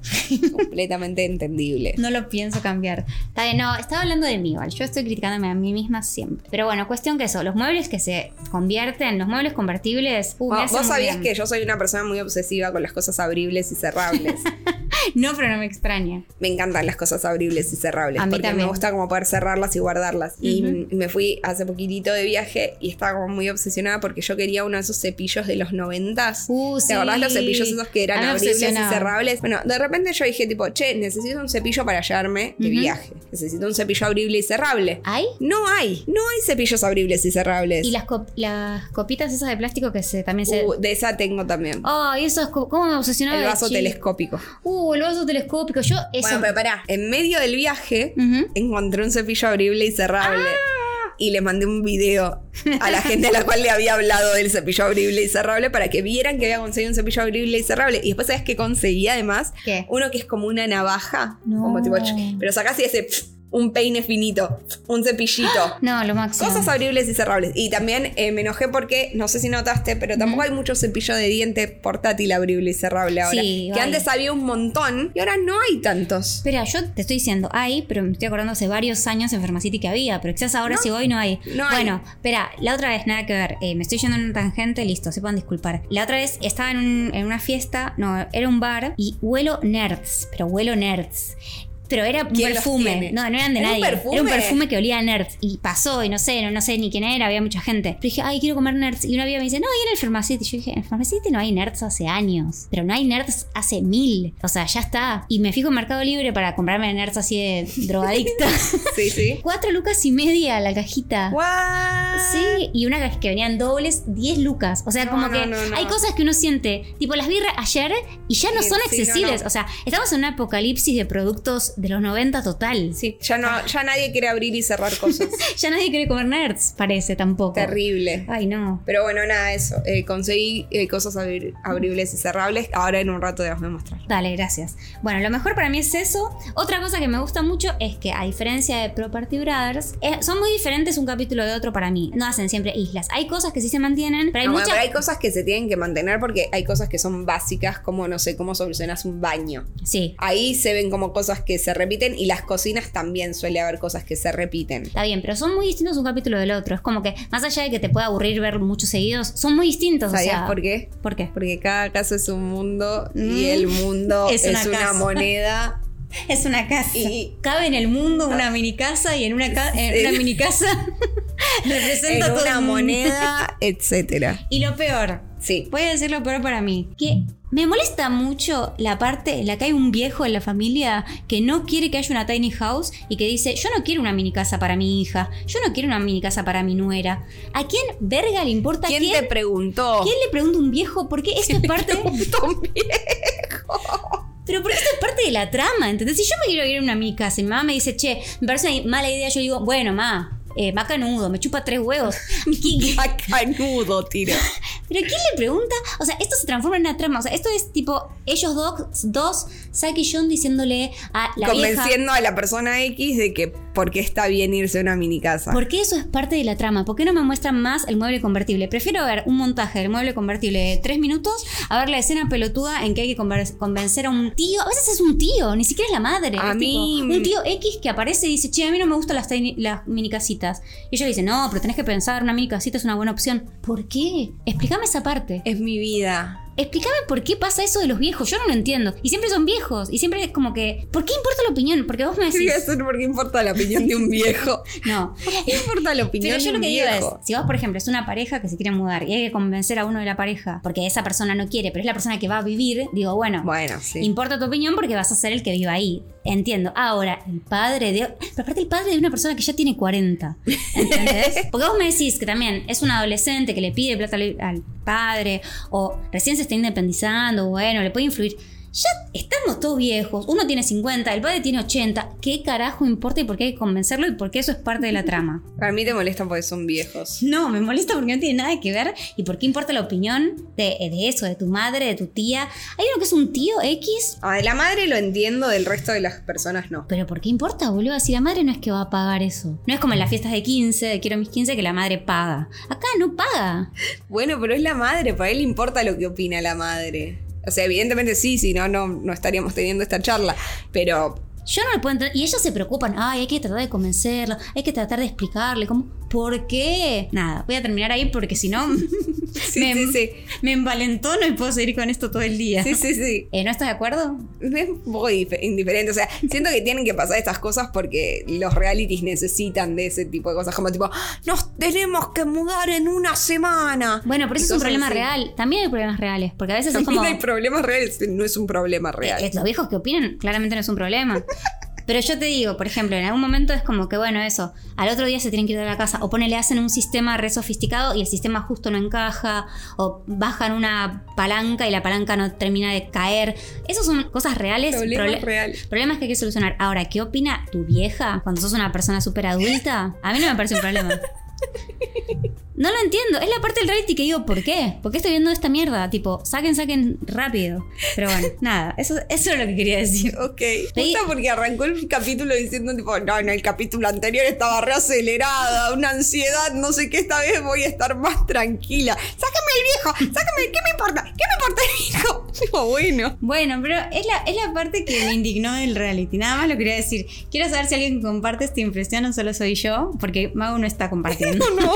completamente entendible.
No lo pienso cambiar. Está bien, no, estaba hablando de mí igual. Yo estoy criticándome a mí misma siempre. Pero bueno, cuestión que eso, los muebles que se convierten, los muebles convertibles. Uh, me
Bueno,
hacen
Vos
muy
sabías
bien.
que yo soy una persona muy obsesiva con las cosas abribles y cerrables.
No, pero no me extraña.
me encantan las cosas abribles y cerrables.
A mí
porque
también.
me gusta como poder cerrarlas y guardarlas. Y mm, me fui hace poquitito de viaje y estaba como muy obsesionada porque yo quería uno de esos cepillos de los noventas.
Uh,
¿Te acordás los cepillos esos que eran abribles y
cerrados
cerrables? Bueno, de repente yo dije tipo, che, necesito un cepillo para llevarme de
Ujú.
viaje. Necesito un cepillo abrible y cerrable.
¿Hay?
No hay, no hay cepillos abribles y cerrables.
Y las, cop- las copitas esas de plástico que se también se.
Uh, de esa tengo también.
Ay, eso es co- cómo me obsesionaba.
el
de
vaso
chica.
telescópico.
Uh, el vaso telescópico. Yo eso.
Bueno, pero pará. En medio del viaje
Ujú.
encontré un cepillo abrible y cerrable.
Ah.
Y le mandé un video a la gente a la cual le había hablado del cepillo abrible y cerrable para que vieran que había conseguido un cepillo abrible y cerrable. Y después, ¿sabes qué conseguí además?
¿Qué?
Uno que es como una navaja.
No.
Como tipo, ch- pero sacás y hace pf, un peine finito, pf, un cepillito.
No, lo máximo.
Cosas abribles y cerrables. Y también eh, me enojé porque, no sé si notaste, pero tampoco hay mucho cepillo de diente portátil abrible y cerrable ahora.
Sí,
que
hay.
antes había un montón y ahora no hay tantos.
Espera, yo te estoy diciendo, hay, pero me estoy acordando hace varios años en Farmacity que había, pero quizás ahora si voy no hay.
No hay.
bueno, espera, la otra vez, nada que ver, eh, me estoy yendo en una tangente, listo, se pueden disculpar. La otra vez estaba en, un- en una fiesta, no, era un bar, y huelo nerds, pero huelo nerds. Pero era un
¿Quién los
perfume.
tiene?
No, no eran de
¿Era un
nadie. Era un
perfume?
perfume que olía a nerds. Y pasó, y no sé, no, no sé ni quién era, había mucha gente. Pero dije, ay, quiero comer nerds. Y una amiga me dice, no, y en el Farmacity. Yo dije, en el Farmacity no hay nerds hace años. Pero no hay nerds hace mil. O sea, ya está. Y me fijo en Mercado Libre para comprarme nerds así de drogadicta.
Sí, sí.
Cuatro lucas y media la cajita. Sí, y una caja que venían dobles, 10 lucas. O sea,
No,
como
no,
que
no, no.
hay cosas que uno siente, tipo las birras ayer y ya no
Sí,
son
sí, no,
accesibles.
no.
O sea, estamos en un apocalipsis de productos de los 90 total.
Sí, ya, no, ya nadie quiere abrir y cerrar cosas.
Ya nadie quiere comer nerds, parece tampoco.
Terrible.
Ay, no.
Pero bueno, nada, eso. Eh, conseguí eh, cosas abri- abribles y cerrables. Ahora en un rato te las voy a mostrar.
Dale, gracias. Bueno, lo mejor para mí es eso. Otra cosa que me gusta mucho es que, a diferencia de Property Brothers, eh, son muy diferentes un capítulo de otro para mí. No hacen siempre islas. Hay cosas que sí se mantienen, pero hay
No, bueno,
muchas.
pero hay cosas que se tienen que mantener porque hay cosas que son básicas, como no sé, cómo solucionas un baño.
Sí.
Ahí se ven como cosas que se repiten y las cocinas también suele haber cosas que se repiten.
Está bien, pero son muy distintos un capítulo del otro. Es como que, más allá de que te pueda aburrir ver muchos seguidos, son muy distintos.
¿Sabías
o sea,
por qué?
¿Por qué?
Porque cada caso es un mundo y
Mm.
el mundo
Es
es
una
una,
casa.
moneda.
Es una casa.
Y- Ah.
Cabe en el mundo una mini casa y en una, ca- en una mini casa representa
en
todo el
una
mundo.
moneda, etcétera.
Y lo peor,
Sí.
voy a decir lo peor para mí, que me molesta mucho la parte en la que hay un viejo en la familia que no quiere que haya una tiny house y que dice, yo no quiero una mini casa para mi hija, yo no quiero una mini casa para mi nuera. ¿A quién verga le importa
¿Quién, te preguntó?
¿Quién le pregunta a un viejo por qué esto es parte? Pero porque esto es parte de la trama, ¿entendés? Si yo me quiero ir a una mini casa y mi mamá me dice, che, me parece una mala idea, yo digo, bueno, ma, eh, macanudo, me chupa tres huevos. ¿Qui- qui-
Macanudo, tiro.
¿Pero quién le pregunta? O sea, esto se transforma en una trama. O sea, esto es tipo ellos dos, dos Zack y John diciéndole a la vieja...
Convenciendo a la persona X de que por qué está bien irse a una mini casa.
¿Por qué eso es parte de la trama? ¿Por qué no me muestran más el mueble convertible? Prefiero ver un montaje del mueble convertible de tres minutos a ver la escena pelotuda en que hay que conver- convencer a un tío. A veces es un tío, ni siquiera es la madre.
A
Es
mí-
tipo, un tío X que aparece y dice, che, a mí no me gustan las, tiny- las mini casitas. Y ella dice, no, pero tenés que pensar, una mini casita es una buena opción. ¿Por qué? Explícame esa parte.
Es mi vida.
Explícame por qué pasa eso de los viejos. Yo no lo entiendo. Y siempre son viejos. Y siempre es como que, ¿por qué importa la opinión? Porque vos me
Sí,
decís,
eso porque importa la opinión de un viejo.
no.
¿Qué importa la opinión
Pero yo
de
lo
un
que digo es,
viejo?
si vos, por ejemplo, es una pareja que se quiere mudar y hay que convencer a uno de la pareja, porque esa persona no quiere, pero es la persona que va a vivir, digo, bueno,
Bueno, sí.
importa tu opinión porque vas a ser el que viva ahí. Entiendo. Ahora, el padre de... Pero aparte el padre de una persona que ya tiene 40. ¿Entendés? Porque vos me decís que también es un adolescente que le pide plata al- al padre o recién se está independizando, bueno, le puede influir. Ya estamos todos viejos, uno tiene 50, el padre tiene 80. ¿Qué carajo importa y por qué hay que convencerlo y por qué eso es parte de la trama?
Para mí te molestan porque son viejos.
No, me molesta porque no tiene nada que ver. ¿Y por qué importa la opinión de, de eso, de tu madre, de tu tía? Hay uno que es un tío X.
Ah, de la madre lo entiendo, del resto de las personas no.
Pero ¿por qué importa, boludo? Si la madre no es que va a pagar eso. No es como en las fiestas de 15, de quiero mis 15, que la madre paga. Acá no paga.
Bueno, pero es la madre, para él le importa lo que opina la madre. O sea, evidentemente sí, si no, no, no estaríamos teniendo esta charla. Pero
Yo no lo puedo entender. Y ellos se preocupan. Ay, hay que tratar de convencerlo. Hay que tratar de explicarle. ¿Cómo? ¿Por qué? Nada, voy a terminar ahí porque si no
sí,
me,
sí, sí.
me envalentono y puedo seguir con esto todo el día.
Sí, sí, sí.
Eh, ¿No estás de acuerdo?
Es un poco dif- indiferente. O sea, siento que tienen que pasar estas cosas porque los realities necesitan de ese tipo de cosas. Como tipo, nos tenemos que mudar en una semana.
Bueno, pero
Y
eso es un
cosas
problema
así.
real. También hay problemas reales. Porque a veces es
También
como.
hay problemas reales. No es un problema real.
Eh, Los viejos que opinan, claramente no es un problema. Pero yo te digo, por ejemplo, en algún momento es como que, bueno, eso, al otro día se tienen que ir a la casa, o ponele, hacen un sistema re sofisticado y el sistema justo no encaja, o bajan una palanca y la palanca no termina de caer. Esas son cosas reales.
Problemas
proble-
reales.
Problemas que hay que solucionar. Ahora, ¿qué opina tu vieja cuando sos una persona súper adulta? A mí no me parece un problema. No lo entiendo. Es la parte del reality que digo, ¿por qué? ¿Por qué estoy viendo esta mierda? Tipo, saquen, saquen rápido. Pero bueno, nada, eso, eso es lo que quería decir.
Ok.
Me di-
Justo porque arrancó el capítulo diciendo, tipo, no, en el capítulo anterior estaba reacelerada, una ansiedad, no sé qué, esta vez voy a estar más tranquila. Sácame el viejo, sácame, ¿qué me importa? ¿Qué me importa el viejo? Digo, bueno.
Bueno, pero es la, es la parte que me indignó del reality. Nada más lo quería decir. Quiero saber si alguien comparte esta impresión o solo soy yo, porque Mago no está compartiendo.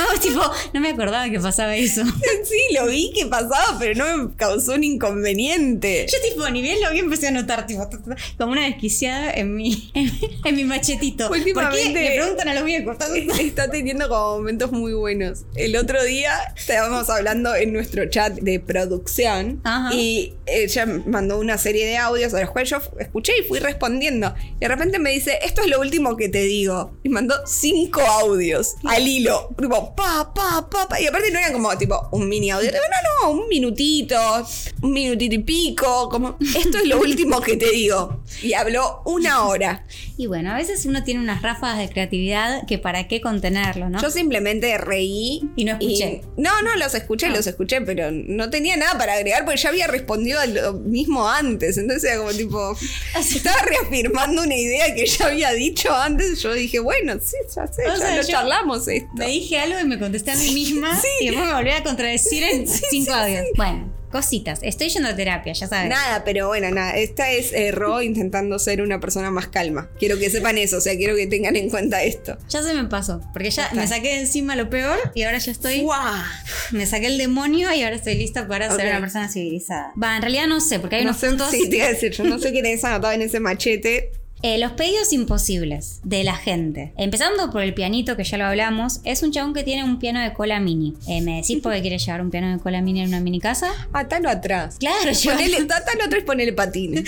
No,
Mago, tipo, no me acordaba que pasaba eso.
sí, lo vi que pasaba, pero no me causó un inconveniente.
Yo tipo, ni bien lo vi, empecé a notar, tipo, ta, ta, ta, como una desquiciada en mi, en, mi machetito. ¿Por qué
Últimamente-
le preguntan a los viejos? Ta, ta, ta.
Está teniendo como momentos muy buenos. El otro día estábamos hablando en nuestro chat de producción
Ajá.
y ella mandó una serie de audios a los cuales yo f- escuché y fui respondiendo. Y de repente me dice, esto es lo último que te digo. Y mandó cinco audios al hilo. Tipo, pa, pa, pa, pa. Y aparte no era como tipo un mini audio. No, no, un minutito, un minutito y pico. Como, esto es lo último que te digo. Y habló una hora.
Y bueno, a veces uno tiene unas ráfagas de creatividad que para qué contenerlo, ¿no?
Yo simplemente reí.
Y no escuché. Ah.
no, no, los escuché, los escuché, pero no tenía nada para agregar porque ya había respondido a lo mismo antes. Entonces era como tipo. Estaba reafirmando una idea que ya había dicho antes. Yo dije, bueno, sí, ya sé,
O
ya
sea,
lo
yo-
charlamos esto.
me dije algo y me contesté a mí misma y después me volví a contradecir en cinco audios. Bueno, cositas. Estoy yendo a terapia, ya sabes.
Nada, pero bueno, nada. Esta es eh, Ro intentando ser una persona más calma. Quiero que sepan eso, o sea, quiero que tengan en cuenta esto.
Ya se me pasó, porque ya me saqué de encima lo peor y ahora ya estoy...
¡Guau!
Me saqué el demonio y ahora estoy lista para
Ok.
ser una persona civilizada. Va, en realidad no sé, porque hay
No
unos
sé,
puntos...
sí, te iba a decir, yo no sé qué tenés anotado en ese machete.
Eh, los pedidos imposibles de la gente. Empezando por el pianito, que ya lo hablamos, es un chabón que tiene un piano de cola mini. Eh, ¿Me decís por qué quiere llevar un piano de cola mini en una mini casa?
Atalo atrás.
Claro, yo
Ponele, tátalo atrás y ponele patines.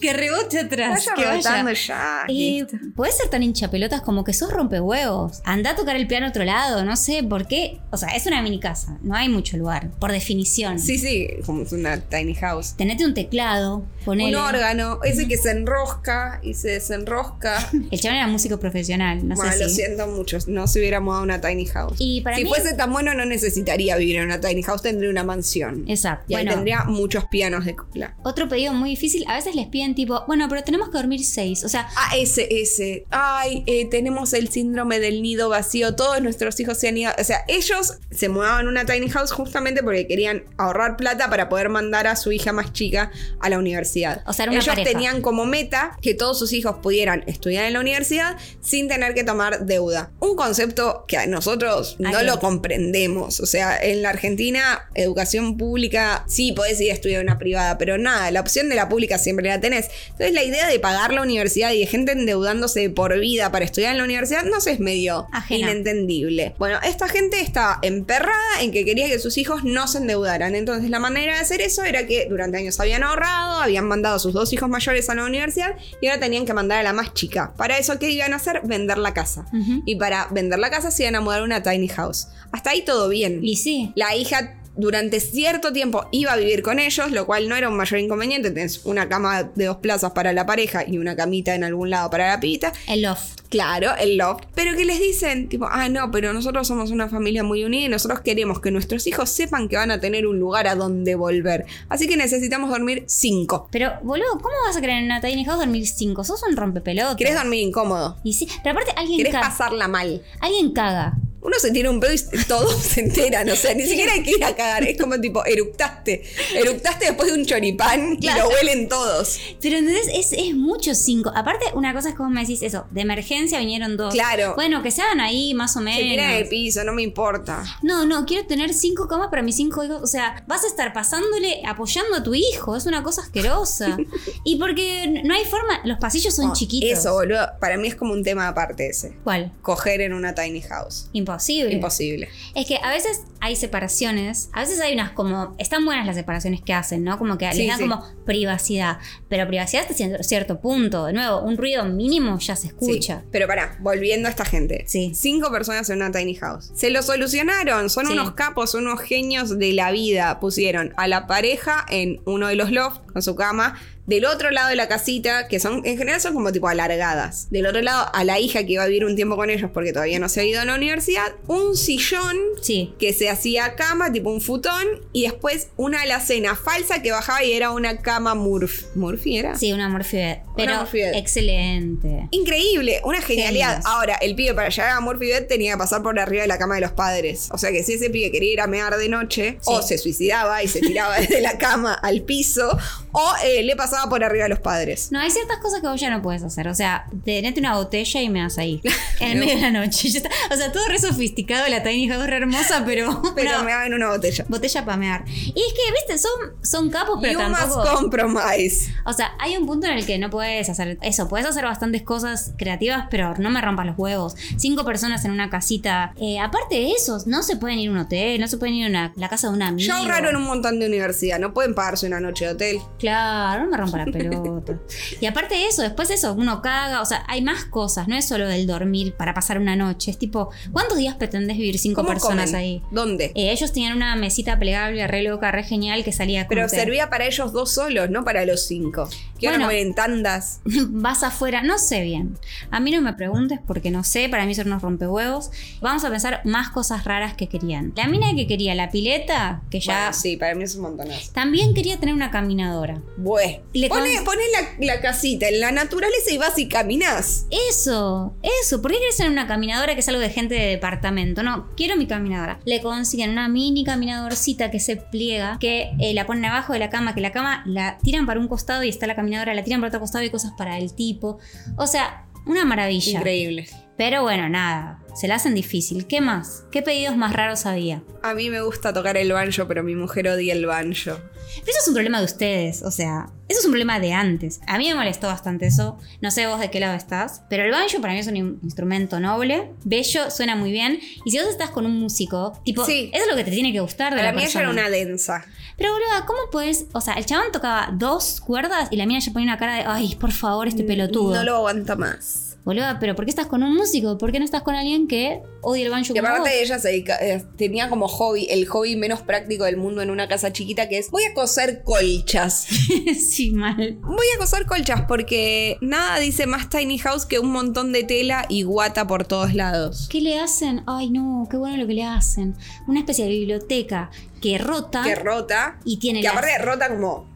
que rebote atrás.
Vaya
que vaya.
rotando ya.
Eh, Puedes ser tan hinchapelotas como que sos rompehuevos. Anda a tocar el piano a otro lado, no sé por qué. O sea, es una mini casa, no hay mucho lugar, por definición.
sí, sí, como es una tiny house.
Tenete un teclado, ponele.
Un órgano, ese que se enrolla, enrosca y se desenrosca.
El chabón era músico profesional, no
bueno,
sé
lo
si.
siento mucho. No se hubiera mudado a una tiny house.
Y para
si
mí-
fuese tan bueno, no necesitaría vivir en una tiny house, tendría una mansión.
Exacto.
Y ahí
Bueno,
tendría muchos pianos de copla.
otro pedido muy difícil. A veces les piden tipo, bueno, pero tenemos que dormir seis. O sea,
Ah, ese, ese. Ay, eh, tenemos el síndrome del nido vacío. Todos nuestros hijos se han ido. O sea, ellos se mudaban a una tiny house justamente porque querían ahorrar plata para poder mandar a su hija más chica a la universidad.
O sea, era una
ellos
pareja.
tenían como meta que todos sus hijos pudieran estudiar en la universidad sin tener que tomar deuda. Un concepto que a nosotros no
Ay,
lo
no.
comprendemos. O sea, en la Argentina, educación pública, sí, podés ir a estudiar una privada, pero nada, la opción de la pública siempre la tenés. Entonces, la idea de pagar la universidad y de gente endeudándose de por vida para estudiar en la universidad, no sé, es medio
Ajena.
inentendible. Bueno, esta gente estaba emperrada en que quería que sus hijos no se endeudaran. Entonces, la manera de hacer eso era que durante años habían ahorrado, habían mandado a sus dos hijos mayores a la universidad y ahora tenían que mandar a la más chica. Para eso, ¿qué iban a hacer? Vender la casa.
Ujú.
Y para vender la casa se iban a mudar a una tiny house. Hasta ahí todo bien.
y sí.
La hija durante cierto tiempo iba a vivir con ellos, lo cual no era un mayor inconveniente. Tenés una cama de dos plazas para la pareja y una camita en algún lado para la pibita.
El loft.
Claro, el loft. Pero que les dicen, tipo, ah, no, pero nosotros somos una familia muy unida y nosotros queremos que nuestros hijos sepan que van a tener un lugar a donde volver. Así que necesitamos dormir cinco.
Pero, boludo, ¿cómo vas a querer en una tiny house dormir cinco? Sos un rompepelotas.
¿Querés dormir incómodo?
Y sí, pero aparte alguien
¿Querés
caga.
pasarla mal?
Alguien caga.
Uno se tira un pedo y todos se enteran, o sea, ni siquiera hay que ir a cagar, es como tipo, eructaste, eructaste después de un choripán y
Claro.
lo huelen todos.
Pero entonces es, es mucho cinco. Aparte, una cosa es como me decís eso, de emergencia vinieron dos.
Claro. eh,
Bueno, que sean ahí más o
Se tiran en el
menos.
piso, no me importa.
No, no, quiero tener cinco camas para mis cinco hijos. O sea, vas a estar pasándole, apoyando a tu hijo. Es una cosa asquerosa. y porque n- no hay forma, los pasillos son
No,
chiquitos.
Ah, Eso, boludo, para mí es como un tema aparte ese.
¿Cuál?
Coger en una tiny house.
Imposible.
Imposible.
Es que a veces hay separaciones, a veces hay unas como. Están buenas las separaciones que hacen, ¿no? Como que
Sí,
les dan
sí.
como privacidad. Pero privacidad hasta cier- cierto punto. De nuevo, un ruido mínimo ya se
Sí.
escucha.
Pero pará, volviendo a esta gente.
Sí.
Cinco personas en una tiny house. Se lo solucionaron. Son
Sí.
unos capos, son unos genios de la vida. Pusieron a la pareja en uno de los lofts con su cama. Del otro lado de la casita, que son en general son como tipo alargadas. Del otro lado, a la hija que iba a vivir un tiempo con ellos porque todavía no se ha ido a la universidad. Un sillón
Sí.
que se hacía cama, tipo un futón. Y después una alacena falsa que bajaba y era una cama Murph. ¿Murphy era?
Sí, una morfibed. Pero
morfibed.
excelente.
Increíble, una genialidad.
Genios.
Ahora, el pibe para llegar a Murphy Bed tenía que pasar por arriba de la cama de los padres. O sea que si ese pibe quería ir a mear de noche, o se suicidaba y se tiraba desde la cama al piso, o eh, le pasaba por arriba de los padres.
No, hay ciertas cosas que vos ya no puedes hacer. O sea, tenete una botella y me das ahí. En el medio de la noche. Ya está. O sea, todo re sofisticado, la tiny house re hermosa, pero.
Pero
no,
me hagan una botella.
Botella para mear. Y es que, viste, son, son capos, pero
you
tampoco.
must compromise.
O sea, hay un punto en el que no puedes hacer eso. Puedes hacer bastantes cosas creativas, pero no me rompas los huevos. Cinco personas en una casita. Eh, aparte de eso, no se pueden ir a un hotel, no se pueden ir a una- la casa de un amigo.
Yo ahorraron en un montón de universidad, no pueden pagarse una noche de hotel.
Claro, no me rompa la pelota. y aparte de eso, después de eso, uno caga. O sea, hay más cosas. No es solo el dormir para pasar una noche. Es tipo, ¿cuántos días pretendés vivir cinco
¿Cómo
personas
comen?
ahí?
¿Dónde?
Eh, ellos tenían una mesita plegable, re loca, re genial, que salía como
Pero
que-
servía para ellos dos solos, no para los cinco. Que ahora
Bueno.
comen en tandas.
vas afuera, no sé bien. A mí no me preguntes porque no sé, para mí son unos rompehuevos. Vamos a pensar más cosas raras que querían. La mina que quería la pileta, que ya
Bueno, sí, para mí es un montonazo.
también quería tener una caminadora.
Bueno,
Le
poné,
cons-
poné la, la casita en la naturaleza y vas y caminás.
Eso, eso. ¿Por qué querés tener una caminadora que es algo de gente de departamento? No, quiero mi caminadora. Le consiguen una mini caminadorcita que se pliega, que eh, la ponen abajo de la cama, que la cama la tiran para un costado y está la caminadora, la tiran para otro costado y cosas para el tipo. O sea, una maravilla.
Increíble.
Pero bueno, nada, se la hacen difícil. ¿Qué más? ¿Qué pedidos más raros había?
A mí me gusta tocar el banjo, pero mi mujer odia el banjo.
Pero eso es un problema de ustedes, o sea, eso es un problema de antes. A mí me molestó bastante eso, no sé vos de qué lado estás, pero el banjo para mí es un in- instrumento noble, bello, suena muy bien, y si vos estás con un músico, tipo,
Sí.
eso es lo que te tiene que gustar de
Para
la
mí ella era
persona.
una densa.
Pero boluda, ¿cómo puedes? O sea, el chabón
Mm,
tocaba dos cuerdas y la mía ya ponía una cara de, ay, por favor, este pelotudo.
No lo aguanta más.
boluda, pero ¿por qué estás con un músico? ¿Por qué no estás con alguien que odie el banjo
Y
como vos?
aparte ella se dedica- eh, tenía como hobby, el hobby menos práctico del mundo en una casa chiquita que es voy a coser colchas.
sí, mal.
Voy a coser colchas porque nada dice más tiny house que un montón de tela y guata por todos lados.
¿Qué le hacen? Ay, no, qué bueno lo que le hacen. Una especie de biblioteca que rota
Que rota.
Ah. y tiene
Que
las-
aparte rota como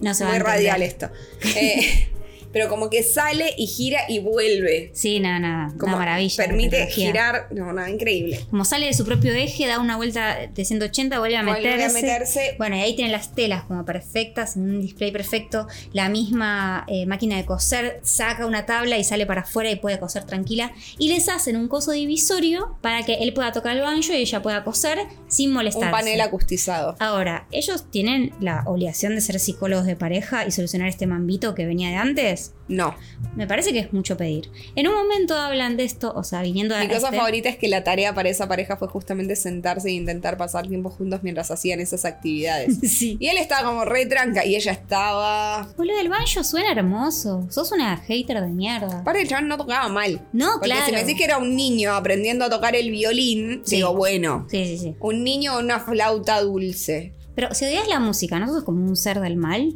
no se va a
muy
entender.
radial esto. Eh, pero como que sale y gira y vuelve.
Sí, nada, nada.
Como
una maravilla. la
permite
tecnología.
girar. No, nada, increíble.
Como sale de su propio eje, da una vuelta de 180, vuelve a meterse.
Vuelve a meterse.
Bueno, y ahí tienen las telas como perfectas, en un display perfecto. La misma eh, máquina de coser saca una tabla y sale para afuera y puede coser tranquila. Y les hacen un coso divisorio para que él pueda tocar el banjo y ella pueda coser sin molestarse.
Un panel acustizado.
Ahora, ellos tienen la obligación de ser psicólogos de pareja y solucionar este mambito que venía de antes.
No.
Me parece que es mucho pedir. En un momento hablan de esto, o sea, viniendo a
Mi cosa
este-
favorita es que la tarea para esa pareja fue justamente sentarse e intentar pasar tiempo juntos mientras hacían esas actividades.
Sí.
Y él estaba como re tranca y ella estaba.
Boludo, el banjo suena hermoso. Sos una hater de mierda.
Aparte, el chaval no tocaba mal.
No,
Porque
claro.
si me decís que era un niño aprendiendo a tocar el violín,
Sí.
digo, bueno,
Sí, sí, sí.
un niño o una flauta dulce.
Pero si odias la música, ¿no sos como un ser del mal?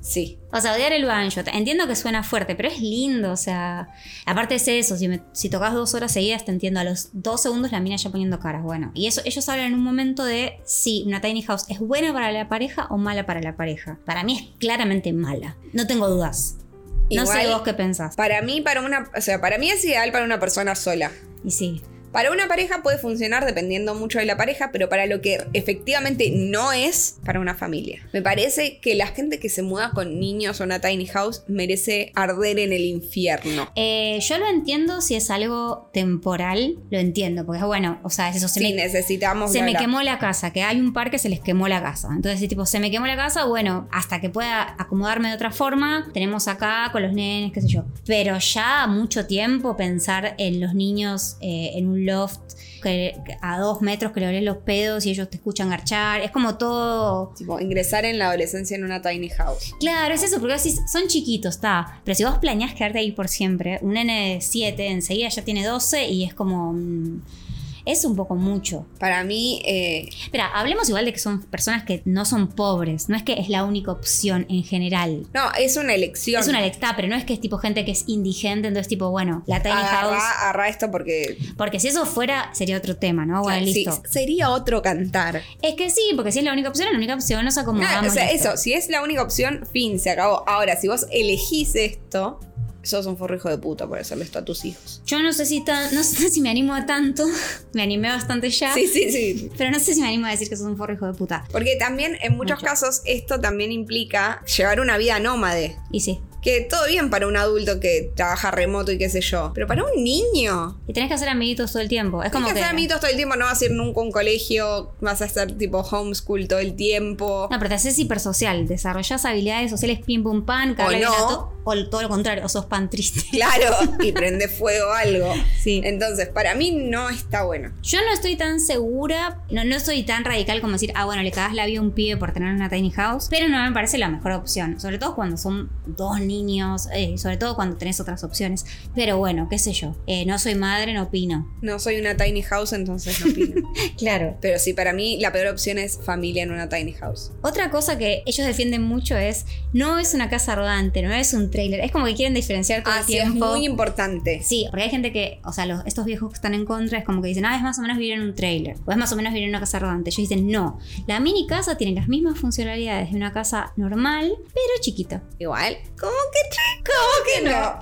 Sí.
O sea, odiar el banjo. Entiendo que suena fuerte, pero es lindo. O sea, aparte es eso. Si, me- si tocas dos horas seguidas, te entiendo. A los dos segundos la mina ya poniendo caras. Bueno, y eso ellos hablan en un momento de si una tiny house es buena para la pareja o mala para la pareja. Para mí es claramente mala. No tengo dudas. No sé
Igual-
vos qué pensás.
Para mí, para una. O sea, para mí es ideal para una persona sola.
Y sí.
Para una pareja puede funcionar dependiendo mucho de la pareja, pero para lo que efectivamente no es para una familia. Me parece que la gente que se muda con niños a una tiny house merece arder en el infierno.
Eh, yo lo entiendo si es algo temporal. Lo entiendo, porque bueno, o sea, es eso. Se
Si
me-
necesitamos.
se
bla,
me
bla.
quemó la casa, que hay un par que se les quemó la casa. Entonces, si tipo, se me quemó la casa, bueno, hasta que pueda acomodarme de otra forma, tenemos acá con los nenes, qué sé yo. Pero ya mucho tiempo pensar en los niños eh, en un loft que, que a dos metros que le olés los pedos y ellos te escuchan garchar, es como todo...
Tipo, ingresar en la adolescencia en una tiny house.
Claro, es eso, porque vos decís, son chiquitos, está. Pero si vos planeás quedarte ahí por siempre, un nene de 7 enseguida ya tiene 12 y es como... mm, es un poco mucho.
Para mí, eh,
Espera, hablemos igual de que son personas que no son pobres, no es que es la única opción en general.
no, es una elección.
Es una lecta, pero no es que es tipo gente que es indigente, entonces tipo, bueno, la tiny house.
Agarra, agarra esto porque
Porque si eso fuera, sería otro tema, ¿no? Bueno,
Sí,
listo.
sería otro cantar.
Es que sí, porque si es la única opción, es la única opción, nos acomodamos.
Nada, Ah, o sea,
listo.
eso, si es la única opción, fin, se acabó. Ahora, si vos elegís esto, sos un forrijo de puta por hacerle esto a tus hijos.
Yo no sé si tan- no sé si me animo a tanto. Me animé bastante ya.
Sí, sí, sí.
Pero no sé si me animo a decir que sos un forro hijo de puta.
Porque también, en muchos
Mucho.
casos, esto también implica llevar una vida nómade.
Y sí.
Que todo bien para un adulto que trabaja remoto y qué sé yo. Pero para un niño.
Y tenés que hacer amiguitos todo el tiempo. Es como
Tienes que hacer amiguitos todo el tiempo, no vas a ir nunca a un colegio, vas a estar tipo homeschool todo el tiempo.
No, pero te haces hipersocial, desarrollás habilidades sociales pim pum pan,
O no.
o todo lo contrario, o sos pan triste.
Claro, y prende fuego algo.
Sí.
Entonces, para mí no está bueno.
Yo no estoy tan segura, no, no soy tan radical como decir, ah, bueno, le cagás la vida a un pibe por tener una tiny house, pero no me parece la mejor opción, sobre todo cuando son dos niños, eh, sobre todo cuando tenés otras opciones. Pero bueno, qué sé yo, Eh, no soy madre, no opino.
No soy una tiny house, entonces no opino.
Claro.
Pero sí, para mí la peor opción es familia en una tiny house.
Otra cosa que ellos defienden mucho es, no es una casa rodante, no es un trailer, es como que quieren diferenciar todo el
Así Ah, es
tiempo.
muy importante.
Sí, porque hay gente que, o sea, los- estos viejos que están en contra es como que dicen, ah, es más o menos vivir en un trailer, o es más o menos vivir en una casa rodante. Ellos dicen, no, la mini casa tiene las mismas funcionalidades de una casa normal, pero chiquita.
Igual, ¿cómo que chico? ¿Cómo que no?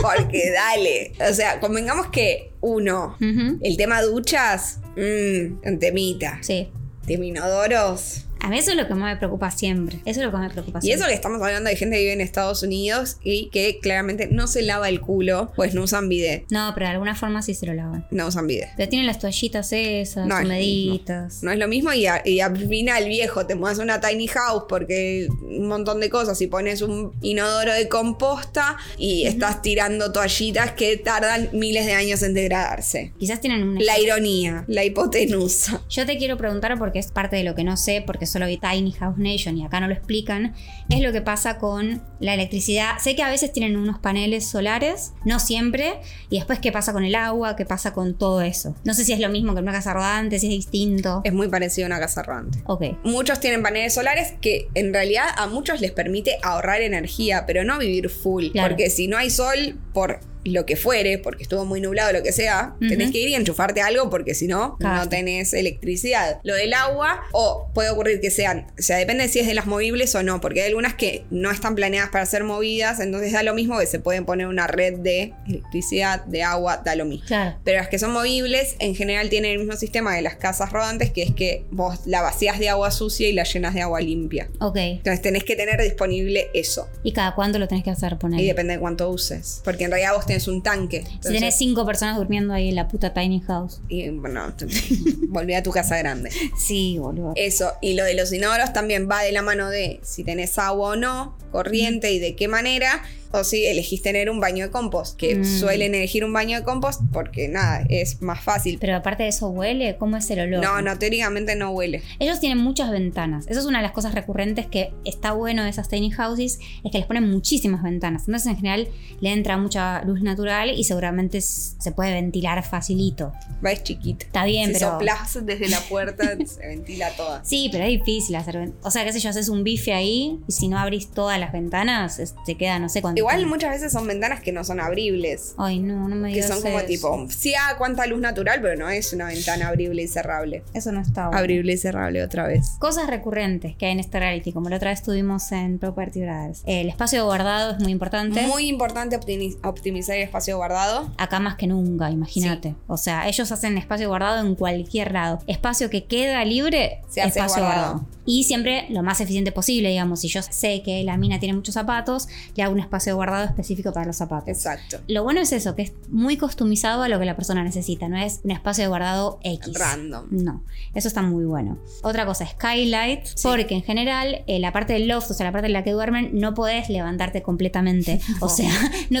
Porque dale. O sea, convengamos que uno,
Ujú.
el tema duchas, mmm, un temita.
Sí.
Tema inodoros.
A mí eso es lo que más me preocupa siempre. Eso es lo que más me preocupa
Y
siempre.
eso que estamos hablando de gente que vive en Estados Unidos y que claramente no se lava el culo, pues no usan bidet.
No, pero de alguna forma sí se lo lavan.
No usan bidet.
Pero tienen las toallitas esas,
No, es lo mismo.
humeditas.
No es lo mismo y, a- y al final, viejo, te mudas a una tiny house porque un montón de cosas y pones un inodoro de composta y estás tirando toallitas que tardan miles de años en degradarse.
Quizás tienen una...
La ironía, la hipotenusa.
Yo te quiero preguntar porque es parte de lo que no sé, porque solo vi Tiny House Nation y acá no lo explican, es lo que pasa con la electricidad. Sé que a veces tienen unos paneles solares, no siempre, y después qué pasa con el agua, qué pasa con todo eso. No sé si es lo mismo que en una casa rodante, si es distinto.
Es muy parecido a una casa rodante.
Ok.
Muchos tienen paneles solares que en realidad a muchos les permite ahorrar energía, pero no vivir full.
Claro.
Porque si no hay sol, por lo que fuere, porque estuvo muy nublado, lo que sea,
Ujú.
tenés que ir y enchufarte algo porque si no, no
Cagaste.
tenés electricidad. Lo del agua, o puede ocurrir que sean, o sea, depende si es de las movibles o no, porque hay algunas que no están planeadas para ser movidas, entonces da lo mismo que se pueden poner una red de electricidad, de agua, da lo mismo.
Claro.
Pero las que son movibles en general tienen el mismo sistema de las casas rodantes, que es que vos la vacías de agua sucia y la llenas de agua limpia.
Ok.
Entonces tenés que tener disponible eso.
¿Y cada cuánto lo tenés que hacer poner?
Y depende de cuánto uses. Porque en realidad vos tenés un tanque.
Si tenés
Entonces-
cinco personas durmiendo ahí en la puta tiny house.
Y bueno, volví a tu casa grande.
Sí, boludo.
Eso, y lo de los inodoros también va de la mano de si tenés agua o no, corriente y de qué manera, o si elegís tener un baño de compost, que
Mm.
suelen elegir un baño de compost porque nada, es más fácil.
Pero aparte de eso, ¿huele? ¿Cómo es el olor?
No, no, teóricamente no huele.
Ellos tienen muchas ventanas. Eso es una de las cosas recurrentes que está bueno de esas tiny houses, es que les ponen muchísimas ventanas. Entonces, en general, le entra mucha luz natural y seguramente s- se puede ventilar facilito.
Va, es chiquita.
Está bien,
si
pero...
soplás desde la puerta, se ventila toda.
Sí, pero es difícil hacer... ven- O sea, qué sé yo, haces un bife ahí y si no abrís todas las ventanas, es- te queda no sé cuánto.
Igual muchas veces son ventanas que no son abribles.
Ay, no, no me
Que
digas
son como
eso.
tipo, sí, ah, cuánta luz natural, pero no es una ventana abrible y cerrable.
Eso no está bueno.
Abrible y cerrable otra vez.
Cosas recurrentes que hay en este reality, como la otra vez tuvimos en Property Brothers. El espacio de guardado es muy importante.
Muy importante optimi- optimizar el espacio guardado.
Acá más que nunca, imagínate. O sea, ellos hacen espacio guardado en cualquier lado. Espacio que queda libre,
Se hace
espacio
guardado.
guardado. Y siempre lo más eficiente posible, digamos. Si yo sé que la mina tiene muchos zapatos, le hago un espacio guardado específico para los zapatos.
Exacto.
Lo bueno es eso, que es muy customizado a lo que la persona necesita, no es un espacio de guardado X.
Random.
No, eso está muy bueno. Otra cosa, Skylight, porque en general eh, la parte del loft, o sea, la parte en la que duermen, no podés levantarte completamente. O sea, no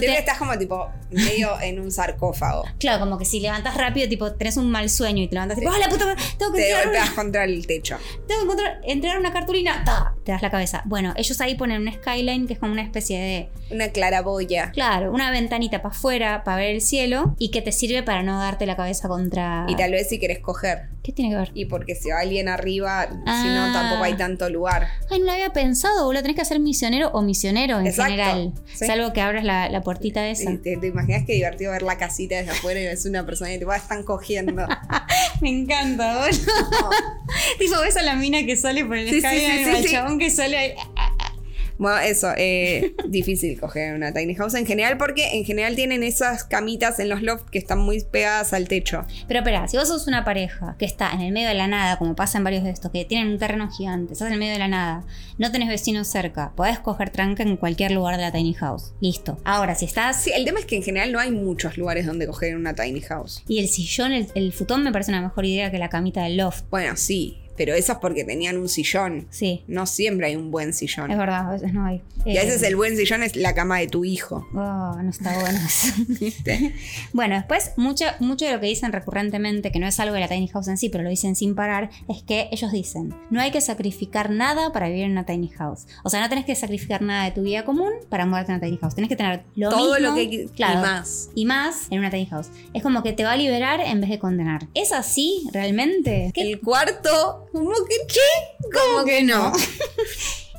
Siempre
te,
estás como tipo medio en un sarcófago.
Claro, como que si levantas rápido, tipo, tenés un mal sueño y te levantas, tipo, ¡ah, la puta! madre! Tengo que,
Te
entregar
golpeas
una,
contra el techo.
tengo que encontrar- entregar una cartulina, ¡ta! te das la cabeza. Bueno, ellos ahí ponen un skyline que es como una especie de,
Una claraboya.
claro, una ventanita para afuera, para ver el cielo y que te sirve para no darte la cabeza contra.
Y tal vez si querés coger.
¿Qué tiene que ver?
Y porque si va alguien arriba, si
Ah.
no, tampoco hay tanto lugar.
Ay, no lo había pensado, boludo. Tenés que hacer misionero o misionero en
Exacto,
general.
sí.
Salvo que abras la, la puertita esa.
Y ¿Te, te imaginas que divertido ver la casita desde afuera y ves una persona y te vas, están cogiendo.
Me encanta, boludo. tipo, ves a la mina que sale por el
Sí, sí,
skyline,
sí,
o
sí,
al
sí.
chabón que sale ahí.
Bueno, eso, eh, difícil coger una tiny house en general porque en general tienen esas camitas en los lofts que están muy pegadas al techo.
Pero espera, si vos sos una pareja que está en el medio de la nada, como pasa en varios de estos, que tienen un terreno gigante, estás en el medio de la nada, no tenés vecinos cerca, podés coger tranca en cualquier lugar de la tiny house. Listo. Ahora, si estás.
Sí, el tema es que en general no hay muchos lugares donde coger una tiny house.
Y el sillón, el, el futón me parece una mejor idea que la camita del loft.
Bueno, sí, pero eso es porque tenían un sillón.
Sí,
No siempre hay un buen
es
sillón.
verdad, a veces no hay.
Y a veces
Eh,
el buen sillón es la cama de tu hijo.
Oh, no está bueno eso.
¿viste?
Bueno, después mucho, mucho de lo que dicen recurrentemente, que no es algo de la tiny house en sí, pero lo dicen sin parar, es que ellos dicen, no hay que sacrificar nada para vivir en una tiny house. O sea, no tenés que sacrificar nada de tu vida común para mudarte a una tiny house. Tenés que tener lo
Todo
mismo,
lo que
claro,
y más.
y más en una tiny house. Es como que te va a liberar en vez de condenar. ¿Es así realmente? ¿Qué-
El cuarto, ¿cómo que qué? ¿Cómo que no?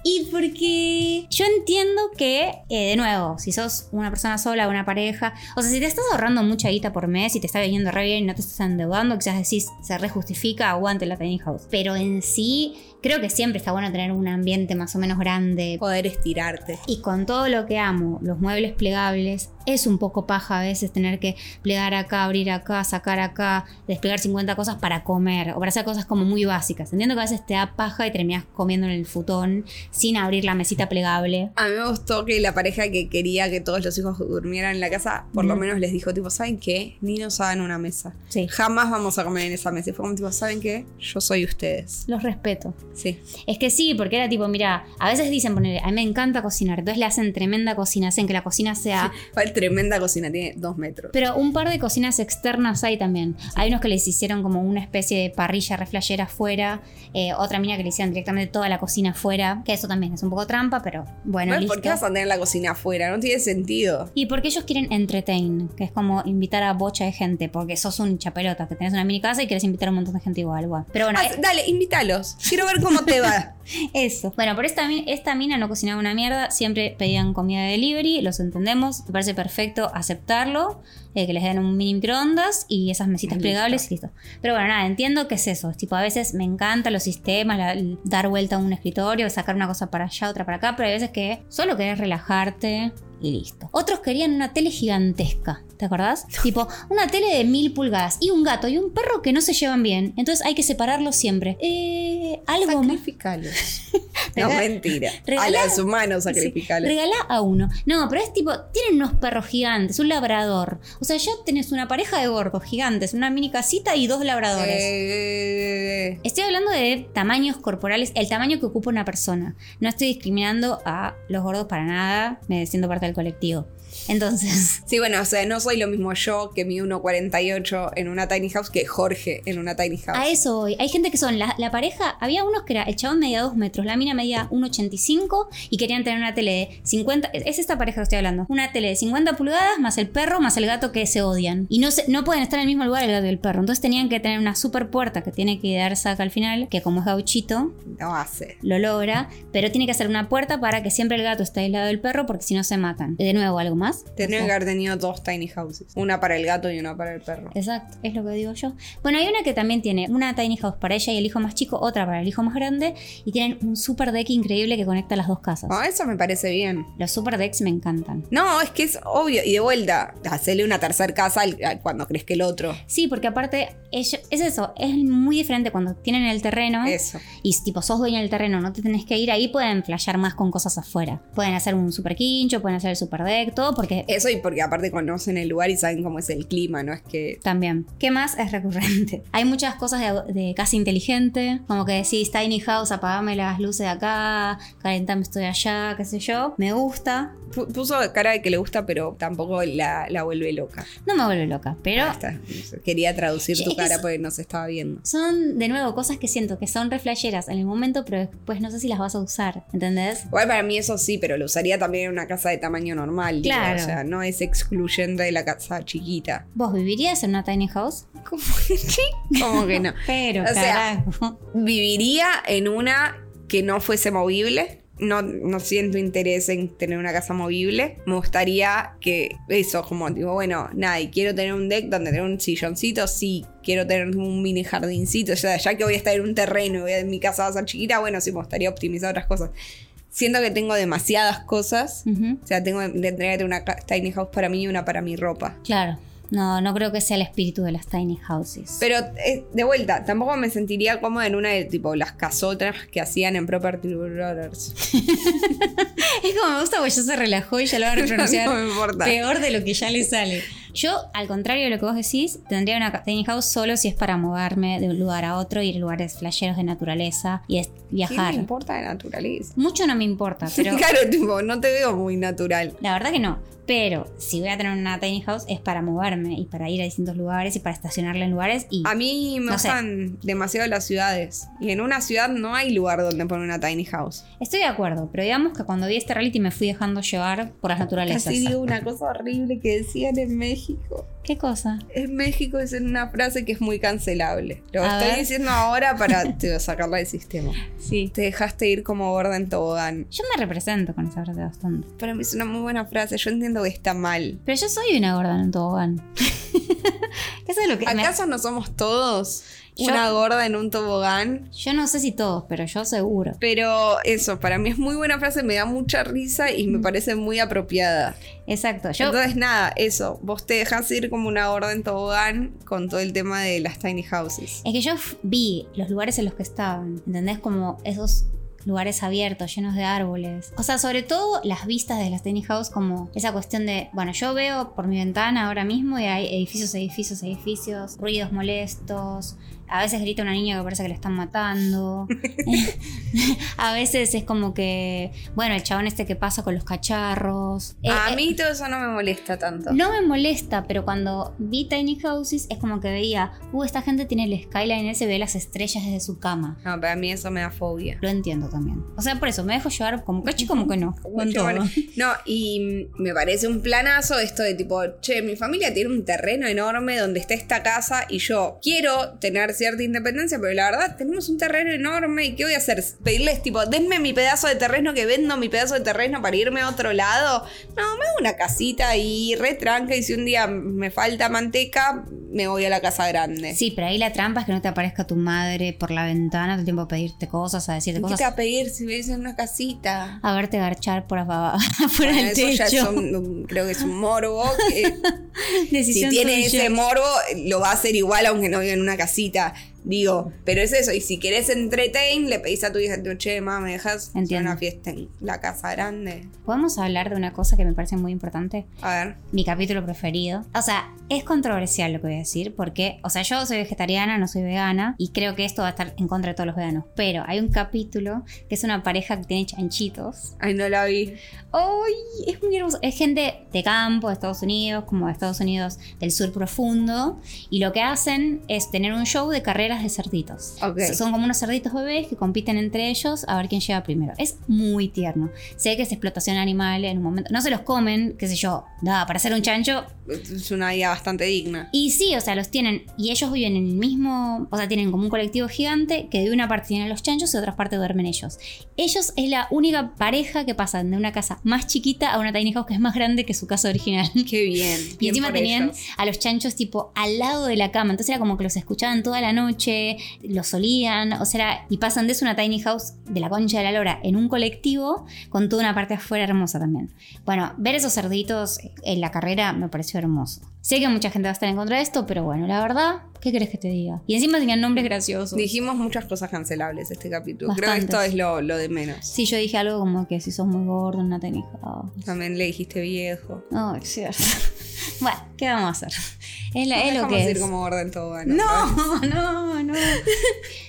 Y porque yo entiendo que, eh, de nuevo, si sos una persona sola, una pareja, o sea, si te estás ahorrando mucha guita por mes y te está viniendo re bien y no te estás endeudando, quizás decís, se rejustifica, aguante la tiny house. Pero en sí, creo que siempre está bueno tener un ambiente más o menos grande.
Poder estirarte.
Y con todo lo que amo, los muebles plegables, es un poco paja a veces tener que plegar acá, abrir acá, sacar acá, desplegar 50 cosas para comer o para hacer cosas como muy básicas. Entiendo que a veces te da paja y terminas comiendo en el futón sin abrir la mesita plegable.
A mí me gustó que la pareja que quería que todos los hijos durmieran en la casa, por lo menos les dijo, tipo, ¿saben qué? Ni nos hagan una mesa.
Sí.
Jamás vamos a comer en esa mesa. Y fue como, tipo, ¿saben qué? Yo soy ustedes.
Los respeto.
Sí.
Es que sí, porque era tipo, mira, a veces dicen poner, a mí me encanta cocinar, entonces le hacen tremenda cocina, hacen que la cocina sea.
Fue tremenda cocina, tiene dos metros.
Ah. Pero un par de cocinas externas hay también. Hay unos que les hicieron como una especie de parrilla reflayera afuera, eh, otra mina que le hicieron directamente toda la cocina afuera, que eso también es un poco trampa, pero bueno,
Igual,
listo.
¿Por qué vas a tener la cocina afuera? No tiene sentido.
Y porque ellos quieren entertain, que es como invitar a bocha de gente, porque sos un chapelota, que tenés una mini casa y quieres invitar a un montón de gente igual, guau. Pero bueno,
Ah,
eh,
dale, invítalos. Quiero ver cómo te va.
eso. Bueno, pero esta, min- esta mina no cocinaba una mierda, siempre pedían comida de delivery, los entendemos, me parece perfecto aceptarlo, eh, que les den un mini microondas y esas mesitas
Listo.
plegables y listo. Pero bueno, nada, entiendo que es eso. Es tipo, a veces me encantan los sistemas, la- el dar vuelta a un escritorio, sacar una cosa para allá, otra para acá, pero hay veces que solo querés relajarte y listo. Otros querían una tele gigantesca. ¿Te acordás? Tipo, una tele de mil pulgadas y un gato y un perro que no se llevan bien. Entonces hay que separarlos siempre. Eh, algo más.
Sacrificalos. no,
Regala-
mentira. A
regala-
los humanos sacrificalos.
Regala a uno. No, pero es tipo, tienen unos perros gigantes, un labrador. O sea, ya tenés una pareja de gordos gigantes, una mini casita y dos labradores.
Eh,
Estoy hablando de tamaños corporales, el tamaño que ocupa una persona. No estoy discriminando a los gordos para nada, me siento parte del colectivo. Entonces,
Sí, bueno, o sea, no soy lo mismo yo que mi 1.48 en una tiny house que Jorge en una tiny house.
a eso voy. Hay gente que son la, la pareja, había unos que era el chabón medía 2 metros, la mina medía 1,85 y querían tener una tele de 50, es es esta pareja que estoy hablando, una tele de 50 pulgadas más el perro más el gato que se odian. Y no, se- no pueden estar en el mismo lugar el gato y el perro, entonces tenían que tener una super puerta que tiene que dar saca al final, que como es gauchito,
No hace.
lo logra, pero tiene que hacer una puerta para que siempre el gato esté aislado del perro porque si no se matan. De nuevo, algo más.
Tendría
O
que
sea,
haber tenido dos tiny houses. Una para el gato y una para el perro.
Exacto, es lo que digo yo. Bueno, hay una que también tiene una tiny house para ella y el hijo más chico, otra para el hijo más grande, y tienen un super deck increíble que conecta las dos casas.
Ah, eso me parece bien.
Los super decks me encantan.
No, es que es obvio. Y de vuelta, hacerle una tercer casa al- al- cuando crees que el otro.
Sí, porque aparte, ello- es eso, es muy diferente cuando tienen el terreno.
Eso.
Y si tipo sos dueño del terreno, no te tenés que ir ahí, pueden flashear más con cosas afuera. Pueden hacer un super quincho, pueden hacer el super deck, todo porque
Eso y porque aparte conocen el lugar y saben cómo es el clima, ¿no? Es que...
También. ¿Qué más es recurrente? Hay muchas cosas de, de casa inteligente, como que decís, tiny house, apagame las luces de acá, calentame esto de allá, qué sé yo. Me gusta.
pu- Puso cara de que le gusta, pero tampoco la, la vuelve loca.
No me vuelve loca, pero
Ahí está. Quería traducir
Che,
tu
Ah. es que
cara
so-
porque no se estaba viendo.
son de nuevo cosas que siento que son reflejeras en el momento, pero después no sé si las vas a usar, ¿entendés?
Igual para mí eso sí, pero lo usaría también en una casa de tamaño normal. digo,
Claro.
o sea, no es excluyente de la casa chiquita.
¿Vos vivirías en una tiny house?
¿Cómo que sí? ¿Cómo que no?
Pero,
O sea-
carajo.
Viviría en una que no fuese movible. No, no siento interés en tener una casa movible. Me gustaría que eso, como digo, bueno, nada, y quiero tener un deck donde tener un silloncito, sí. Quiero tener un mini jardincito, ya, ya que voy a estar en un terreno, voy a- mi casa va a ser chiquita, bueno, sí, me gustaría optimizar otras cosas. Siento que tengo demasiadas cosas.
Ujú.
O sea, tengo tendría que tener una ca- tiny house para mí y una para mi ropa.
Claro. No, no creo que sea el espíritu de las tiny houses.
Pero eh, de vuelta, tampoco me sentiría cómoda en una de tipo las casotras que hacían en Property Brothers.
Es como me gusta porque ya se relajó y ya lo va a repronunciar
No me importa.
peor de lo que ya le sale. Yo, al contrario de lo que vos decís, tendría una tiny house solo si es para moverme de un lugar a otro, ir a lugares flasheros de naturaleza y es-
¿Qué me
viajar.
importa de naturaleza?
Mucho no me importa, pero
Claro, tipo, no te veo muy natural.
la verdad que no. Pero si voy a tener una tiny house es para moverme y para ir a distintos lugares y para estacionarla en lugares y
A mí me
No sé.
gustan demasiado las ciudades. Y en una ciudad no hay lugar donde poner una tiny house.
estoy de acuerdo, pero digamos que cuando vi este reality me fui dejando llevar por las naturalezas.
Casi digo una cosa horrible que decían en México.
¿Qué cosa?
En México dicen una frase que es muy cancelable. Lo
A
estoy
ver.
diciendo ahora para tipo, sacarla del sistema.
Sí.
Te dejaste ir como gorda en tobogán.
Yo me represento con esa frase bastante.
Para mí es una muy buena frase. Yo entiendo que está mal.
Pero yo soy una gorda en un tobogán. Eso es lo que me-
¿Acaso no somos todos
Yo-
una gorda en un tobogán?
Yo no sé si todos, pero yo seguro.
Pero eso, para mí es muy buena frase, me da mucha risa y me parece muy apropiada.
Exacto. Mm. Yo,
Entonces, nada, eso. Vos te dejas ir como una gorda en tobogán con todo el tema de las tiny houses.
es que yo f- vi los lugares en los que estaban, ¿entendés? Como esos lugares abiertos, llenos de árboles. O sea, sobre todo las vistas de las tiny house, como esa cuestión de, bueno, yo veo por mi ventana ahora mismo y hay edificios, edificios, edificios, ruidos molestos. A veces grita una niña que parece que la están matando. a veces es como que, bueno, el chabón este que pasa con los cacharros. Eh,
a
Ah,
eh,
mí todo eso no me molesta tanto.
no me molesta, pero cuando vi Tiny Houses es como que veía, uh, esta gente tiene el skyline ese, ve las estrellas desde su cama.
No, pero a mí eso me da fobia.
Lo entiendo también. O sea, por eso me dejo llevar como que sí, como que no. Con
Yo,
todo.
bueno, No, y me parece un planazo esto de tipo, che, mi familia tiene un terreno enorme donde está esta casa y yo quiero tener cierta independencia, pero la verdad, tenemos un terreno enorme y ¿qué voy a hacer? Pedirles tipo, denme mi pedazo de terreno que vendo mi pedazo de terreno para irme a otro lado. No, me hago una casita y retranca y si un día me falta manteca, me voy a la casa grande.
Sí, pero ahí la trampa es que no te aparezca tu madre por la ventana todo el tiempo a pedirte cosas, a decirte
¿Qué
cosas,
te va a pedir si me dicen una casita?
a verte garchar por abajo, fuera
Bueno,
del
eso ya es
techo.
un- creo que es un morbo que- si
Decisión
tiene
tuya.
ese morbo, lo va a hacer igual aunque no viva en una casita. Digo, pero es eso. Y si querés entretain, le pedís a tu hija, tipo, che, mamá, ¿me dejas
Entiendo.
una fiesta en la casa grande?
Podemos hablar de una cosa que me parece muy importante.
A ver.
mi capítulo preferido. O sea, es controversial lo que voy a decir porque, o sea, yo soy vegetariana, no soy vegana y creo que esto va a estar en contra de todos los veganos. Pero hay un capítulo que es una pareja que tiene chanchitos.
Ay, no la vi.
¡Ay! Es muy hermoso. Es gente de campo, de Estados Unidos, como de Estados Unidos del sur profundo. Y lo que hacen es tener un show de carreras de cerditos.
Ok.
So- Son como unos cerditos bebés que compiten entre ellos a ver quién llega primero. Es muy tierno. Sé que es explotación animal en un momento. No se los comen, qué sé yo. Da, para hacer un chancho
Es una vida bastante digna.
y sí, o sea, los tienen. Y ellos viven en el mismo. O sea, tienen como un colectivo gigante que de una parte tienen los chanchos y de otra parte duermen ellos. Ellos es la única pareja que pasan de una casa más chiquita a una tiny house que es más grande que su casa original.
Qué bien.
Y
bien
encima
por
tenían
ellos.
a los chanchos tipo al lado de la cama. Entonces era como que los escuchaban toda la noche, los olían, o sea, era- y pasan de eso a una tiny house de la concha de la lora en un colectivo con toda una parte afuera hermosa también. Bueno, ver esos cerditos en la carrera me pareció hermoso. Sé que mucha gente va a estar en contra de esto, pero bueno, la verdad, ¿qué querés que te diga? Y encima tenían nombres graciosos.
Dijimos muchas cosas cancelables este capítulo. Creo que esto
Bastantes.
es lo, lo de menos.
Sí, yo dije algo como que si sos muy gordo, no tenés... house.
También le dijiste viejo.
No, es cierto. bueno, ¿qué vamos a hacer? Es, la-
No
es lo
dejamos
que
ir
es.
como gorda en todo.
No, no, no.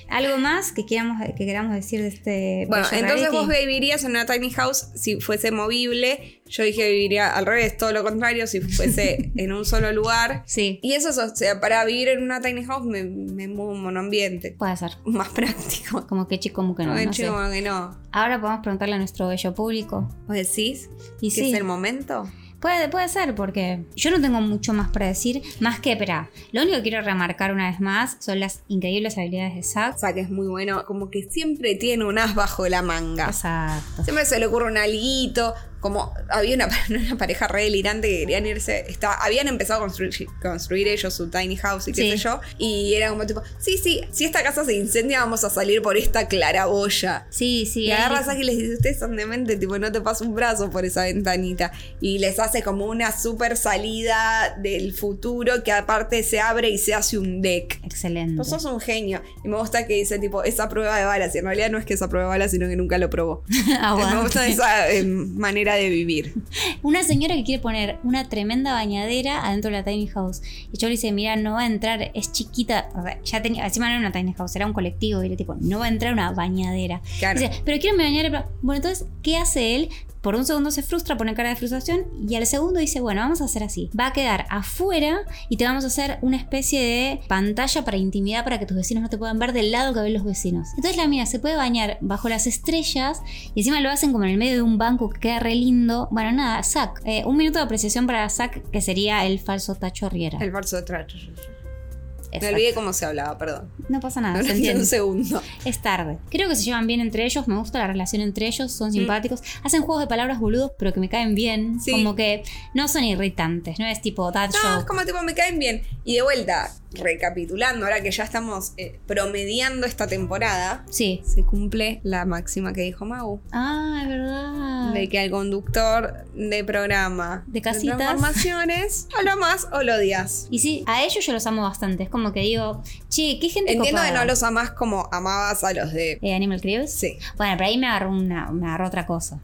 ¿Algo más que queramos, que queramos decir de este.
Bueno,
Bello
entonces
Reality?
vos vivirías en una tiny house si fuese movible. Yo dije que viviría al revés, todo lo contrario, si fuese en un solo lugar.
Sí,
Y eso, es, o sea, para vivir en una tiny house me, me mudo a un monoambiente.
puede ser.
Más práctico.
Como que chico, como que no.
No,
no sé.
chico, que no.
Ahora podemos preguntarle a nuestro bello público.
¿Vos decís
Y
que
sí.
es el momento?
Puede, puede ser, porque yo no tengo mucho más para decir, más que, espera, lo único que quiero remarcar una vez más son las increíbles habilidades de
O
Zack.
sea, que es muy bueno, como que siempre tiene un as bajo la manga.
Exacto.
Siempre se le ocurre un alguito, como había una, una pareja re delirante que querían irse, estaba- habían empezado a construir, construir ellos su tiny house y qué
Sí.
sé yo, y era como tipo, sí, sí, si esta casa se incendia vamos a salir por esta claraboya.
Sí, sí.
Y
él
agarras
dijo-
a y les dice, ustedes son demente, tipo, no te pasa un brazo por esa ventanita. Y les hace como una super salida del futuro que aparte se abre y se hace un deck.
Excelente.
Vos sos un genio. Y me gusta que dice, tipo, esa prueba de balas. Y en realidad no es que esa prueba de balas, sino que nunca lo probó.
Oh,
Me gusta
Aguante.
esa eh, manera de vivir.
Una señora que quiere poner una tremenda bañadera adentro de la tiny house. Y yo le dice, mira, no va a entrar, es chiquita. O sea, ya tenía, encima no era una tiny house, era un colectivo. Y le tipo, no va a entrar una bañadera.
Claro.
Dice, pero quiero mi bañadera. Bueno, entonces, ¿qué hace él? Por un segundo se frustra, pone cara de frustración. Y al segundo dice, bueno, vamos a hacer así. Va a quedar afuera y te vamos a hacer una especie de pantalla para intimidad para que tus vecinos no te puedan ver del lado que ven los vecinos. Entonces la mía se puede bañar bajo las estrellas y encima lo hacen como en el medio de un banco que queda re lindo. Bueno, nada, Zack. Eh, un minuto de apreciación para Zack, que sería el falso Tacho Riera.
El verso de tracho. Me
Exacto.
olvidé cómo se hablaba, perdón.
No pasa nada, se
Durante
entiende.
un segundo.
Es tarde. Creo que se llevan bien entre ellos, me gusta la relación entre ellos, son simpáticos. Hacen juegos de palabras boludos, pero que me caen bien.
Mm. Sí.
Como que no son irritantes, no es tipo dad
No, es
show.
como tipo, me caen bien. Y de vuelta, recapitulando, ahora que ya estamos eh, promediando esta temporada,
Sí.
se cumple la máxima que dijo Mau.
Ah, es verdad.
De que al conductor de programa
De casitas.
transformaciones, o lo más o lo odias.
Y sí, a ellos yo los amo bastante. Es como que digo, che, qué gente
Entiendo que
copada.
no los amás como amabas a los de.
Eh, Animal Crews.
Sí.
Bueno, pero ahí me agarró, una, me agarró otra cosa.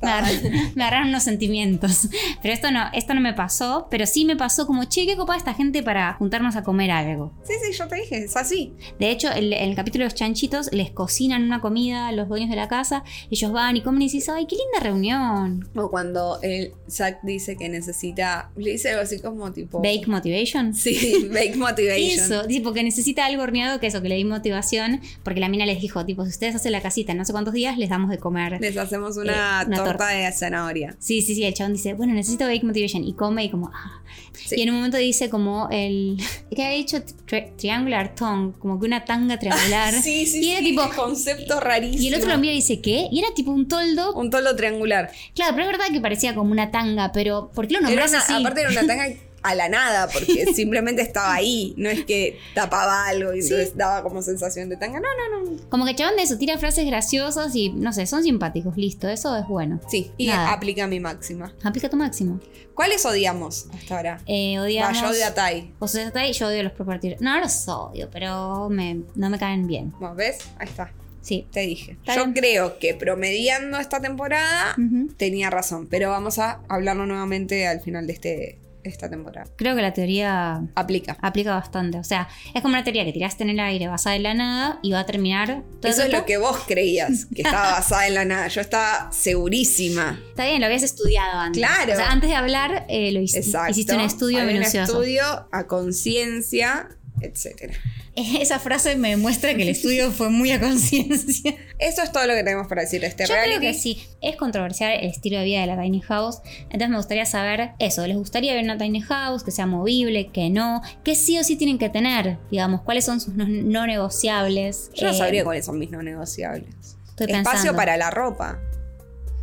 me, agarró- me agarraron unos sentimientos. Pero esto no, esto no me pasó. Pero sí me pasó como, che, qué copada esta gente para juntarnos a comer algo.
Sí, sí, yo te dije, es así.
De hecho, el- en el capítulo de los chanchitos les cocinan una comida a los dueños de la casa. Ellos van y comen y dices, ay, qué linda reunión.
O cuando el Zack dice que necesita. Le dice algo así como tipo.
Bake Motivation.
Sí, Bake Motivation.
Eso, dice, porque necesita algo horneado que eso, que le di motivación, porque la mina les dijo, tipo, si ustedes hacen la casita en no sé cuántos días, les damos de comer.
Les hacemos una,
Eh, una
torta,
torta.
de zanahoria.
Sí, sí, sí, el chabón dice, bueno, necesito Bake Motivation. Y come y como, ah.
Sí.
Y en un momento dice como el, ¿qué había dicho? Tri- triangular tongue, como que una tanga triangular.
Sí, sí,
Y era tipo-
concepto rarísimo.
Y el otro lo mira y dice, ¿qué? Y era tipo un toldo.
Un tolo triangular.
Claro, pero es verdad que parecía como una tanga, pero ¿por qué lo
Era
nombras
una-
así?
Aparte era una tanga a la nada, porque simplemente estaba ahí. No es que tapaba algo y entonces daba como sensación de tanga. No, no, no.
Como que el chabón de eso tira frases graciosas y, no sé, son simpáticos, listo, eso es bueno.
Sí, y
Nada.
aplica mi máxima.
Aplica tu máximo.
¿Cuáles odiamos hasta ahora?
Eh,
Va,
odiamos...
yo odio a Tai.
O sea, hasta ahí yo odio los propietarios. No los odio, pero me, no me caen bien.
Bueno, ¿Ves? Ahí está.
Sí.
Te dije.
Está
yo
bien.
creo que promediando esta temporada
Ujú.
tenía razón, pero vamos a hablarlo nuevamente al final de este, esta temporada.
Creo que la teoría
Aplica.
aplica bastante. O sea, es como una teoría que tiraste en el aire, basada en la nada, y va a terminar. ta,
Eso
ta,
es
ta.
lo que vos creías, que estaba basada en la nada. Yo estaba segurísima.
Está bien, lo habías estudiado antes.
Claro.
O sea, antes de hablar, eh, lo hici-
Exacto.
hiciste un estudio
Había
minucioso.
Un estudio a conciencia, etcétera.
Esa frase me muestra que el estudio fue muy a conciencia.
Eso es todo lo que tenemos para decir de este
Yo
reality.
creo que sí. Es controversial el estilo de vida de la tiny house. Entonces me gustaría saber eso. ¿Les gustaría ver una tiny house que sea movible, que no? ¿Qué sí o sí tienen que tener? Digamos, ¿cuáles son sus no, no negociables?
Yo no
Eh,
sabría cuáles son mis no negociables.
Estoy
Espacio
pensando.
para la ropa,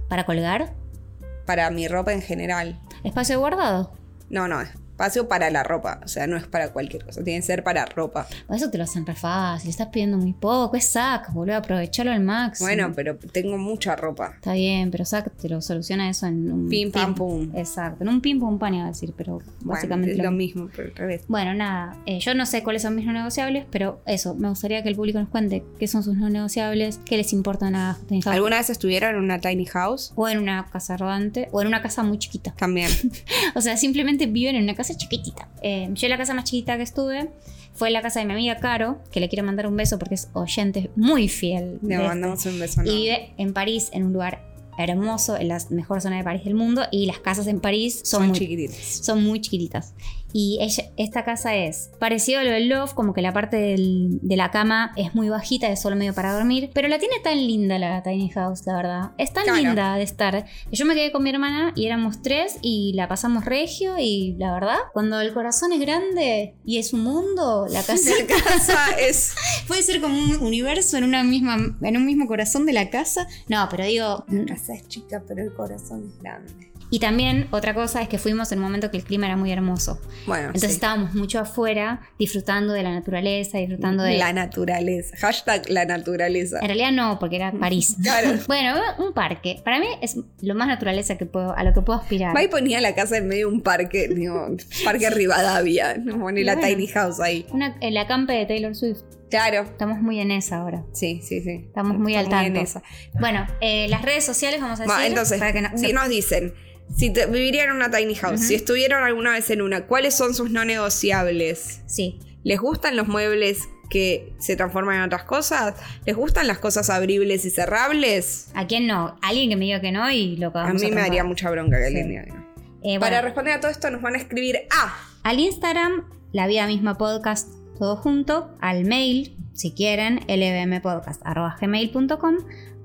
¿Para colgar?
para mi ropa en general.
¿Espacio de guardado?
No, no, espacio para la ropa. O sea, no es para cualquier cosa, tiene que ser para ropa.
Pues Eso te lo hacen re fácil. Estás pidiendo muy poco. Es sac, boludo. Aprovechalo al máximo.
Bueno, pero tengo mucha ropa.
Está bien, pero sac te lo soluciona eso en un.
Pim, pam, pum.
Exacto. En un pim, pum, pan iba a decir, pero básicamente
bueno, es
lo
lo
mismo.
mismo, pero al revés.
Bueno, nada, eh, yo no sé cuáles son mis no negociables, pero eso, me gustaría que el público nos cuente qué son sus no negociables, qué les importan a Tiny House.
¿Alguna vez estuvieron en una tiny house?
O en una casa rodante, o en una casa muy chiquita.
También.
O sea, simplemente viven en una casa chiquitita. Eh, yo la casa más chiquita que estuve fue la casa de mi amiga Caro, que le quiero mandar un beso porque es oyente muy fiel.
Le
de
mandamos un beso.
y
enorme.
vive en París, en un lugar hermoso, en la mejor zona de París del mundo, y las casas en París son,
Son
muy
chiquititos.
son muy chiquititas. Y ella- esta casa es parecido a lo del Love, como que la parte del- de la cama es muy bajita, es solo medio para dormir. Pero la tiene tan linda la Tiny House, la verdad. Es tan
Claro.
linda de estar. Yo me quedé con mi hermana y éramos tres y la pasamos regio. Y la verdad, cuando el corazón es grande y es un mundo, la casa
La casa es
puede ser como un universo en, una misma, en un mismo corazón de la casa. No, pero digo,
La casa es chica, pero el corazón es grande.
Y también otra cosa es que fuimos en un momento que el clima era muy hermoso.
Bueno,
Entonces
sí.
estábamos mucho afuera, disfrutando de la naturaleza, disfrutando de...
la naturaleza. Hashtag la naturaleza.
En realidad no, porque era París.
Claro.
bueno, un parque. Para mí es lo más naturaleza que puedo, a lo que puedo aspirar.
Va y ponía la casa en medio de un parque, digo, parque Rivadavia. No pone la
Bueno.
tiny house ahí.
Una, el acampe de Taylor Swift.
Claro.
Estamos muy en esa ahora.
Sí, sí, sí.
Estamos muy al
en
tanto.
esa.
Bueno, eh, las redes sociales vamos a decir...
Va, entonces,
para que no-
si nos dicen, si te- vivirían en una tiny house, si estuvieron alguna vez en una, ¿cuáles son sus no negociables?
Sí.
¿Les gustan los muebles que se transforman en otras cosas? ¿Les gustan las cosas abribles y cerrables?
¿A quién no? Alguien que me diga que no y lo
A
acabamos
mí me
trompar.
daría mucha bronca que
Sí.
alguien diga que no.
Eh, bueno.
Para responder a todo esto nos van a escribir "Ah, a
Al Instagram, la vida misma podcast, todo junto. Al mail, si quieren, lbmpodcast.gmail.com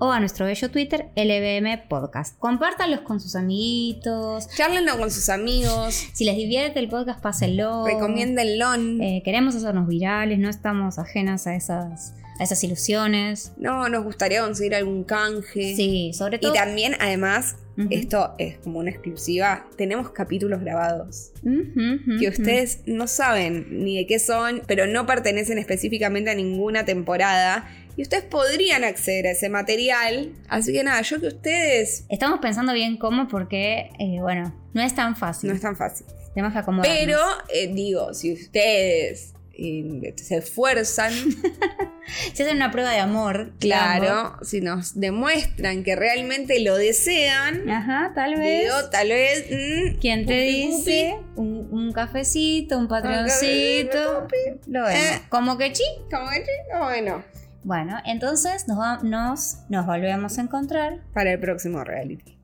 o a nuestro bello Twitter, lbmpodcast. Compártanlos con sus amiguitos.
charlenlo con sus amigos,
Si les divierte el podcast, pásenlo.
recomiéndenlo.
Oh. Eh, queremos hacernos virales, no estamos ajenas a esas, a esas ilusiones.
No, nos gustaría conseguir algún canje.
Sí, sobre todo.
Y también, además,
Ujú.
Esto es como una exclusiva. Tenemos capítulos grabados
Ujú, ujú,
que
ujú.
ustedes no saben ni de qué son, pero no pertenecen específicamente a ninguna temporada. Y ustedes podrían acceder a ese material. Así que nada, yo que ustedes
Estamos pensando bien cómo porque, eh, bueno, no es tan fácil.
no es tan fácil.
Tenemos que acomodarnos.
Pero eh, digo, si ustedes eh, se esfuerzan,
Si hacen una prueba de amor. digamos.
claro, si nos demuestran que realmente lo desean,
Ajá, tal vez.
digo, tal vez. mm,
¿Quién te
Pupi, pupi.
dice? Un, un cafecito, un Ah. patroncito. Lo vemos.
Eh.
Como que sí.
¿Cómo es? No, bueno,
Bueno, entonces nos, va- nos, nos volvemos a encontrar
para el próximo reality.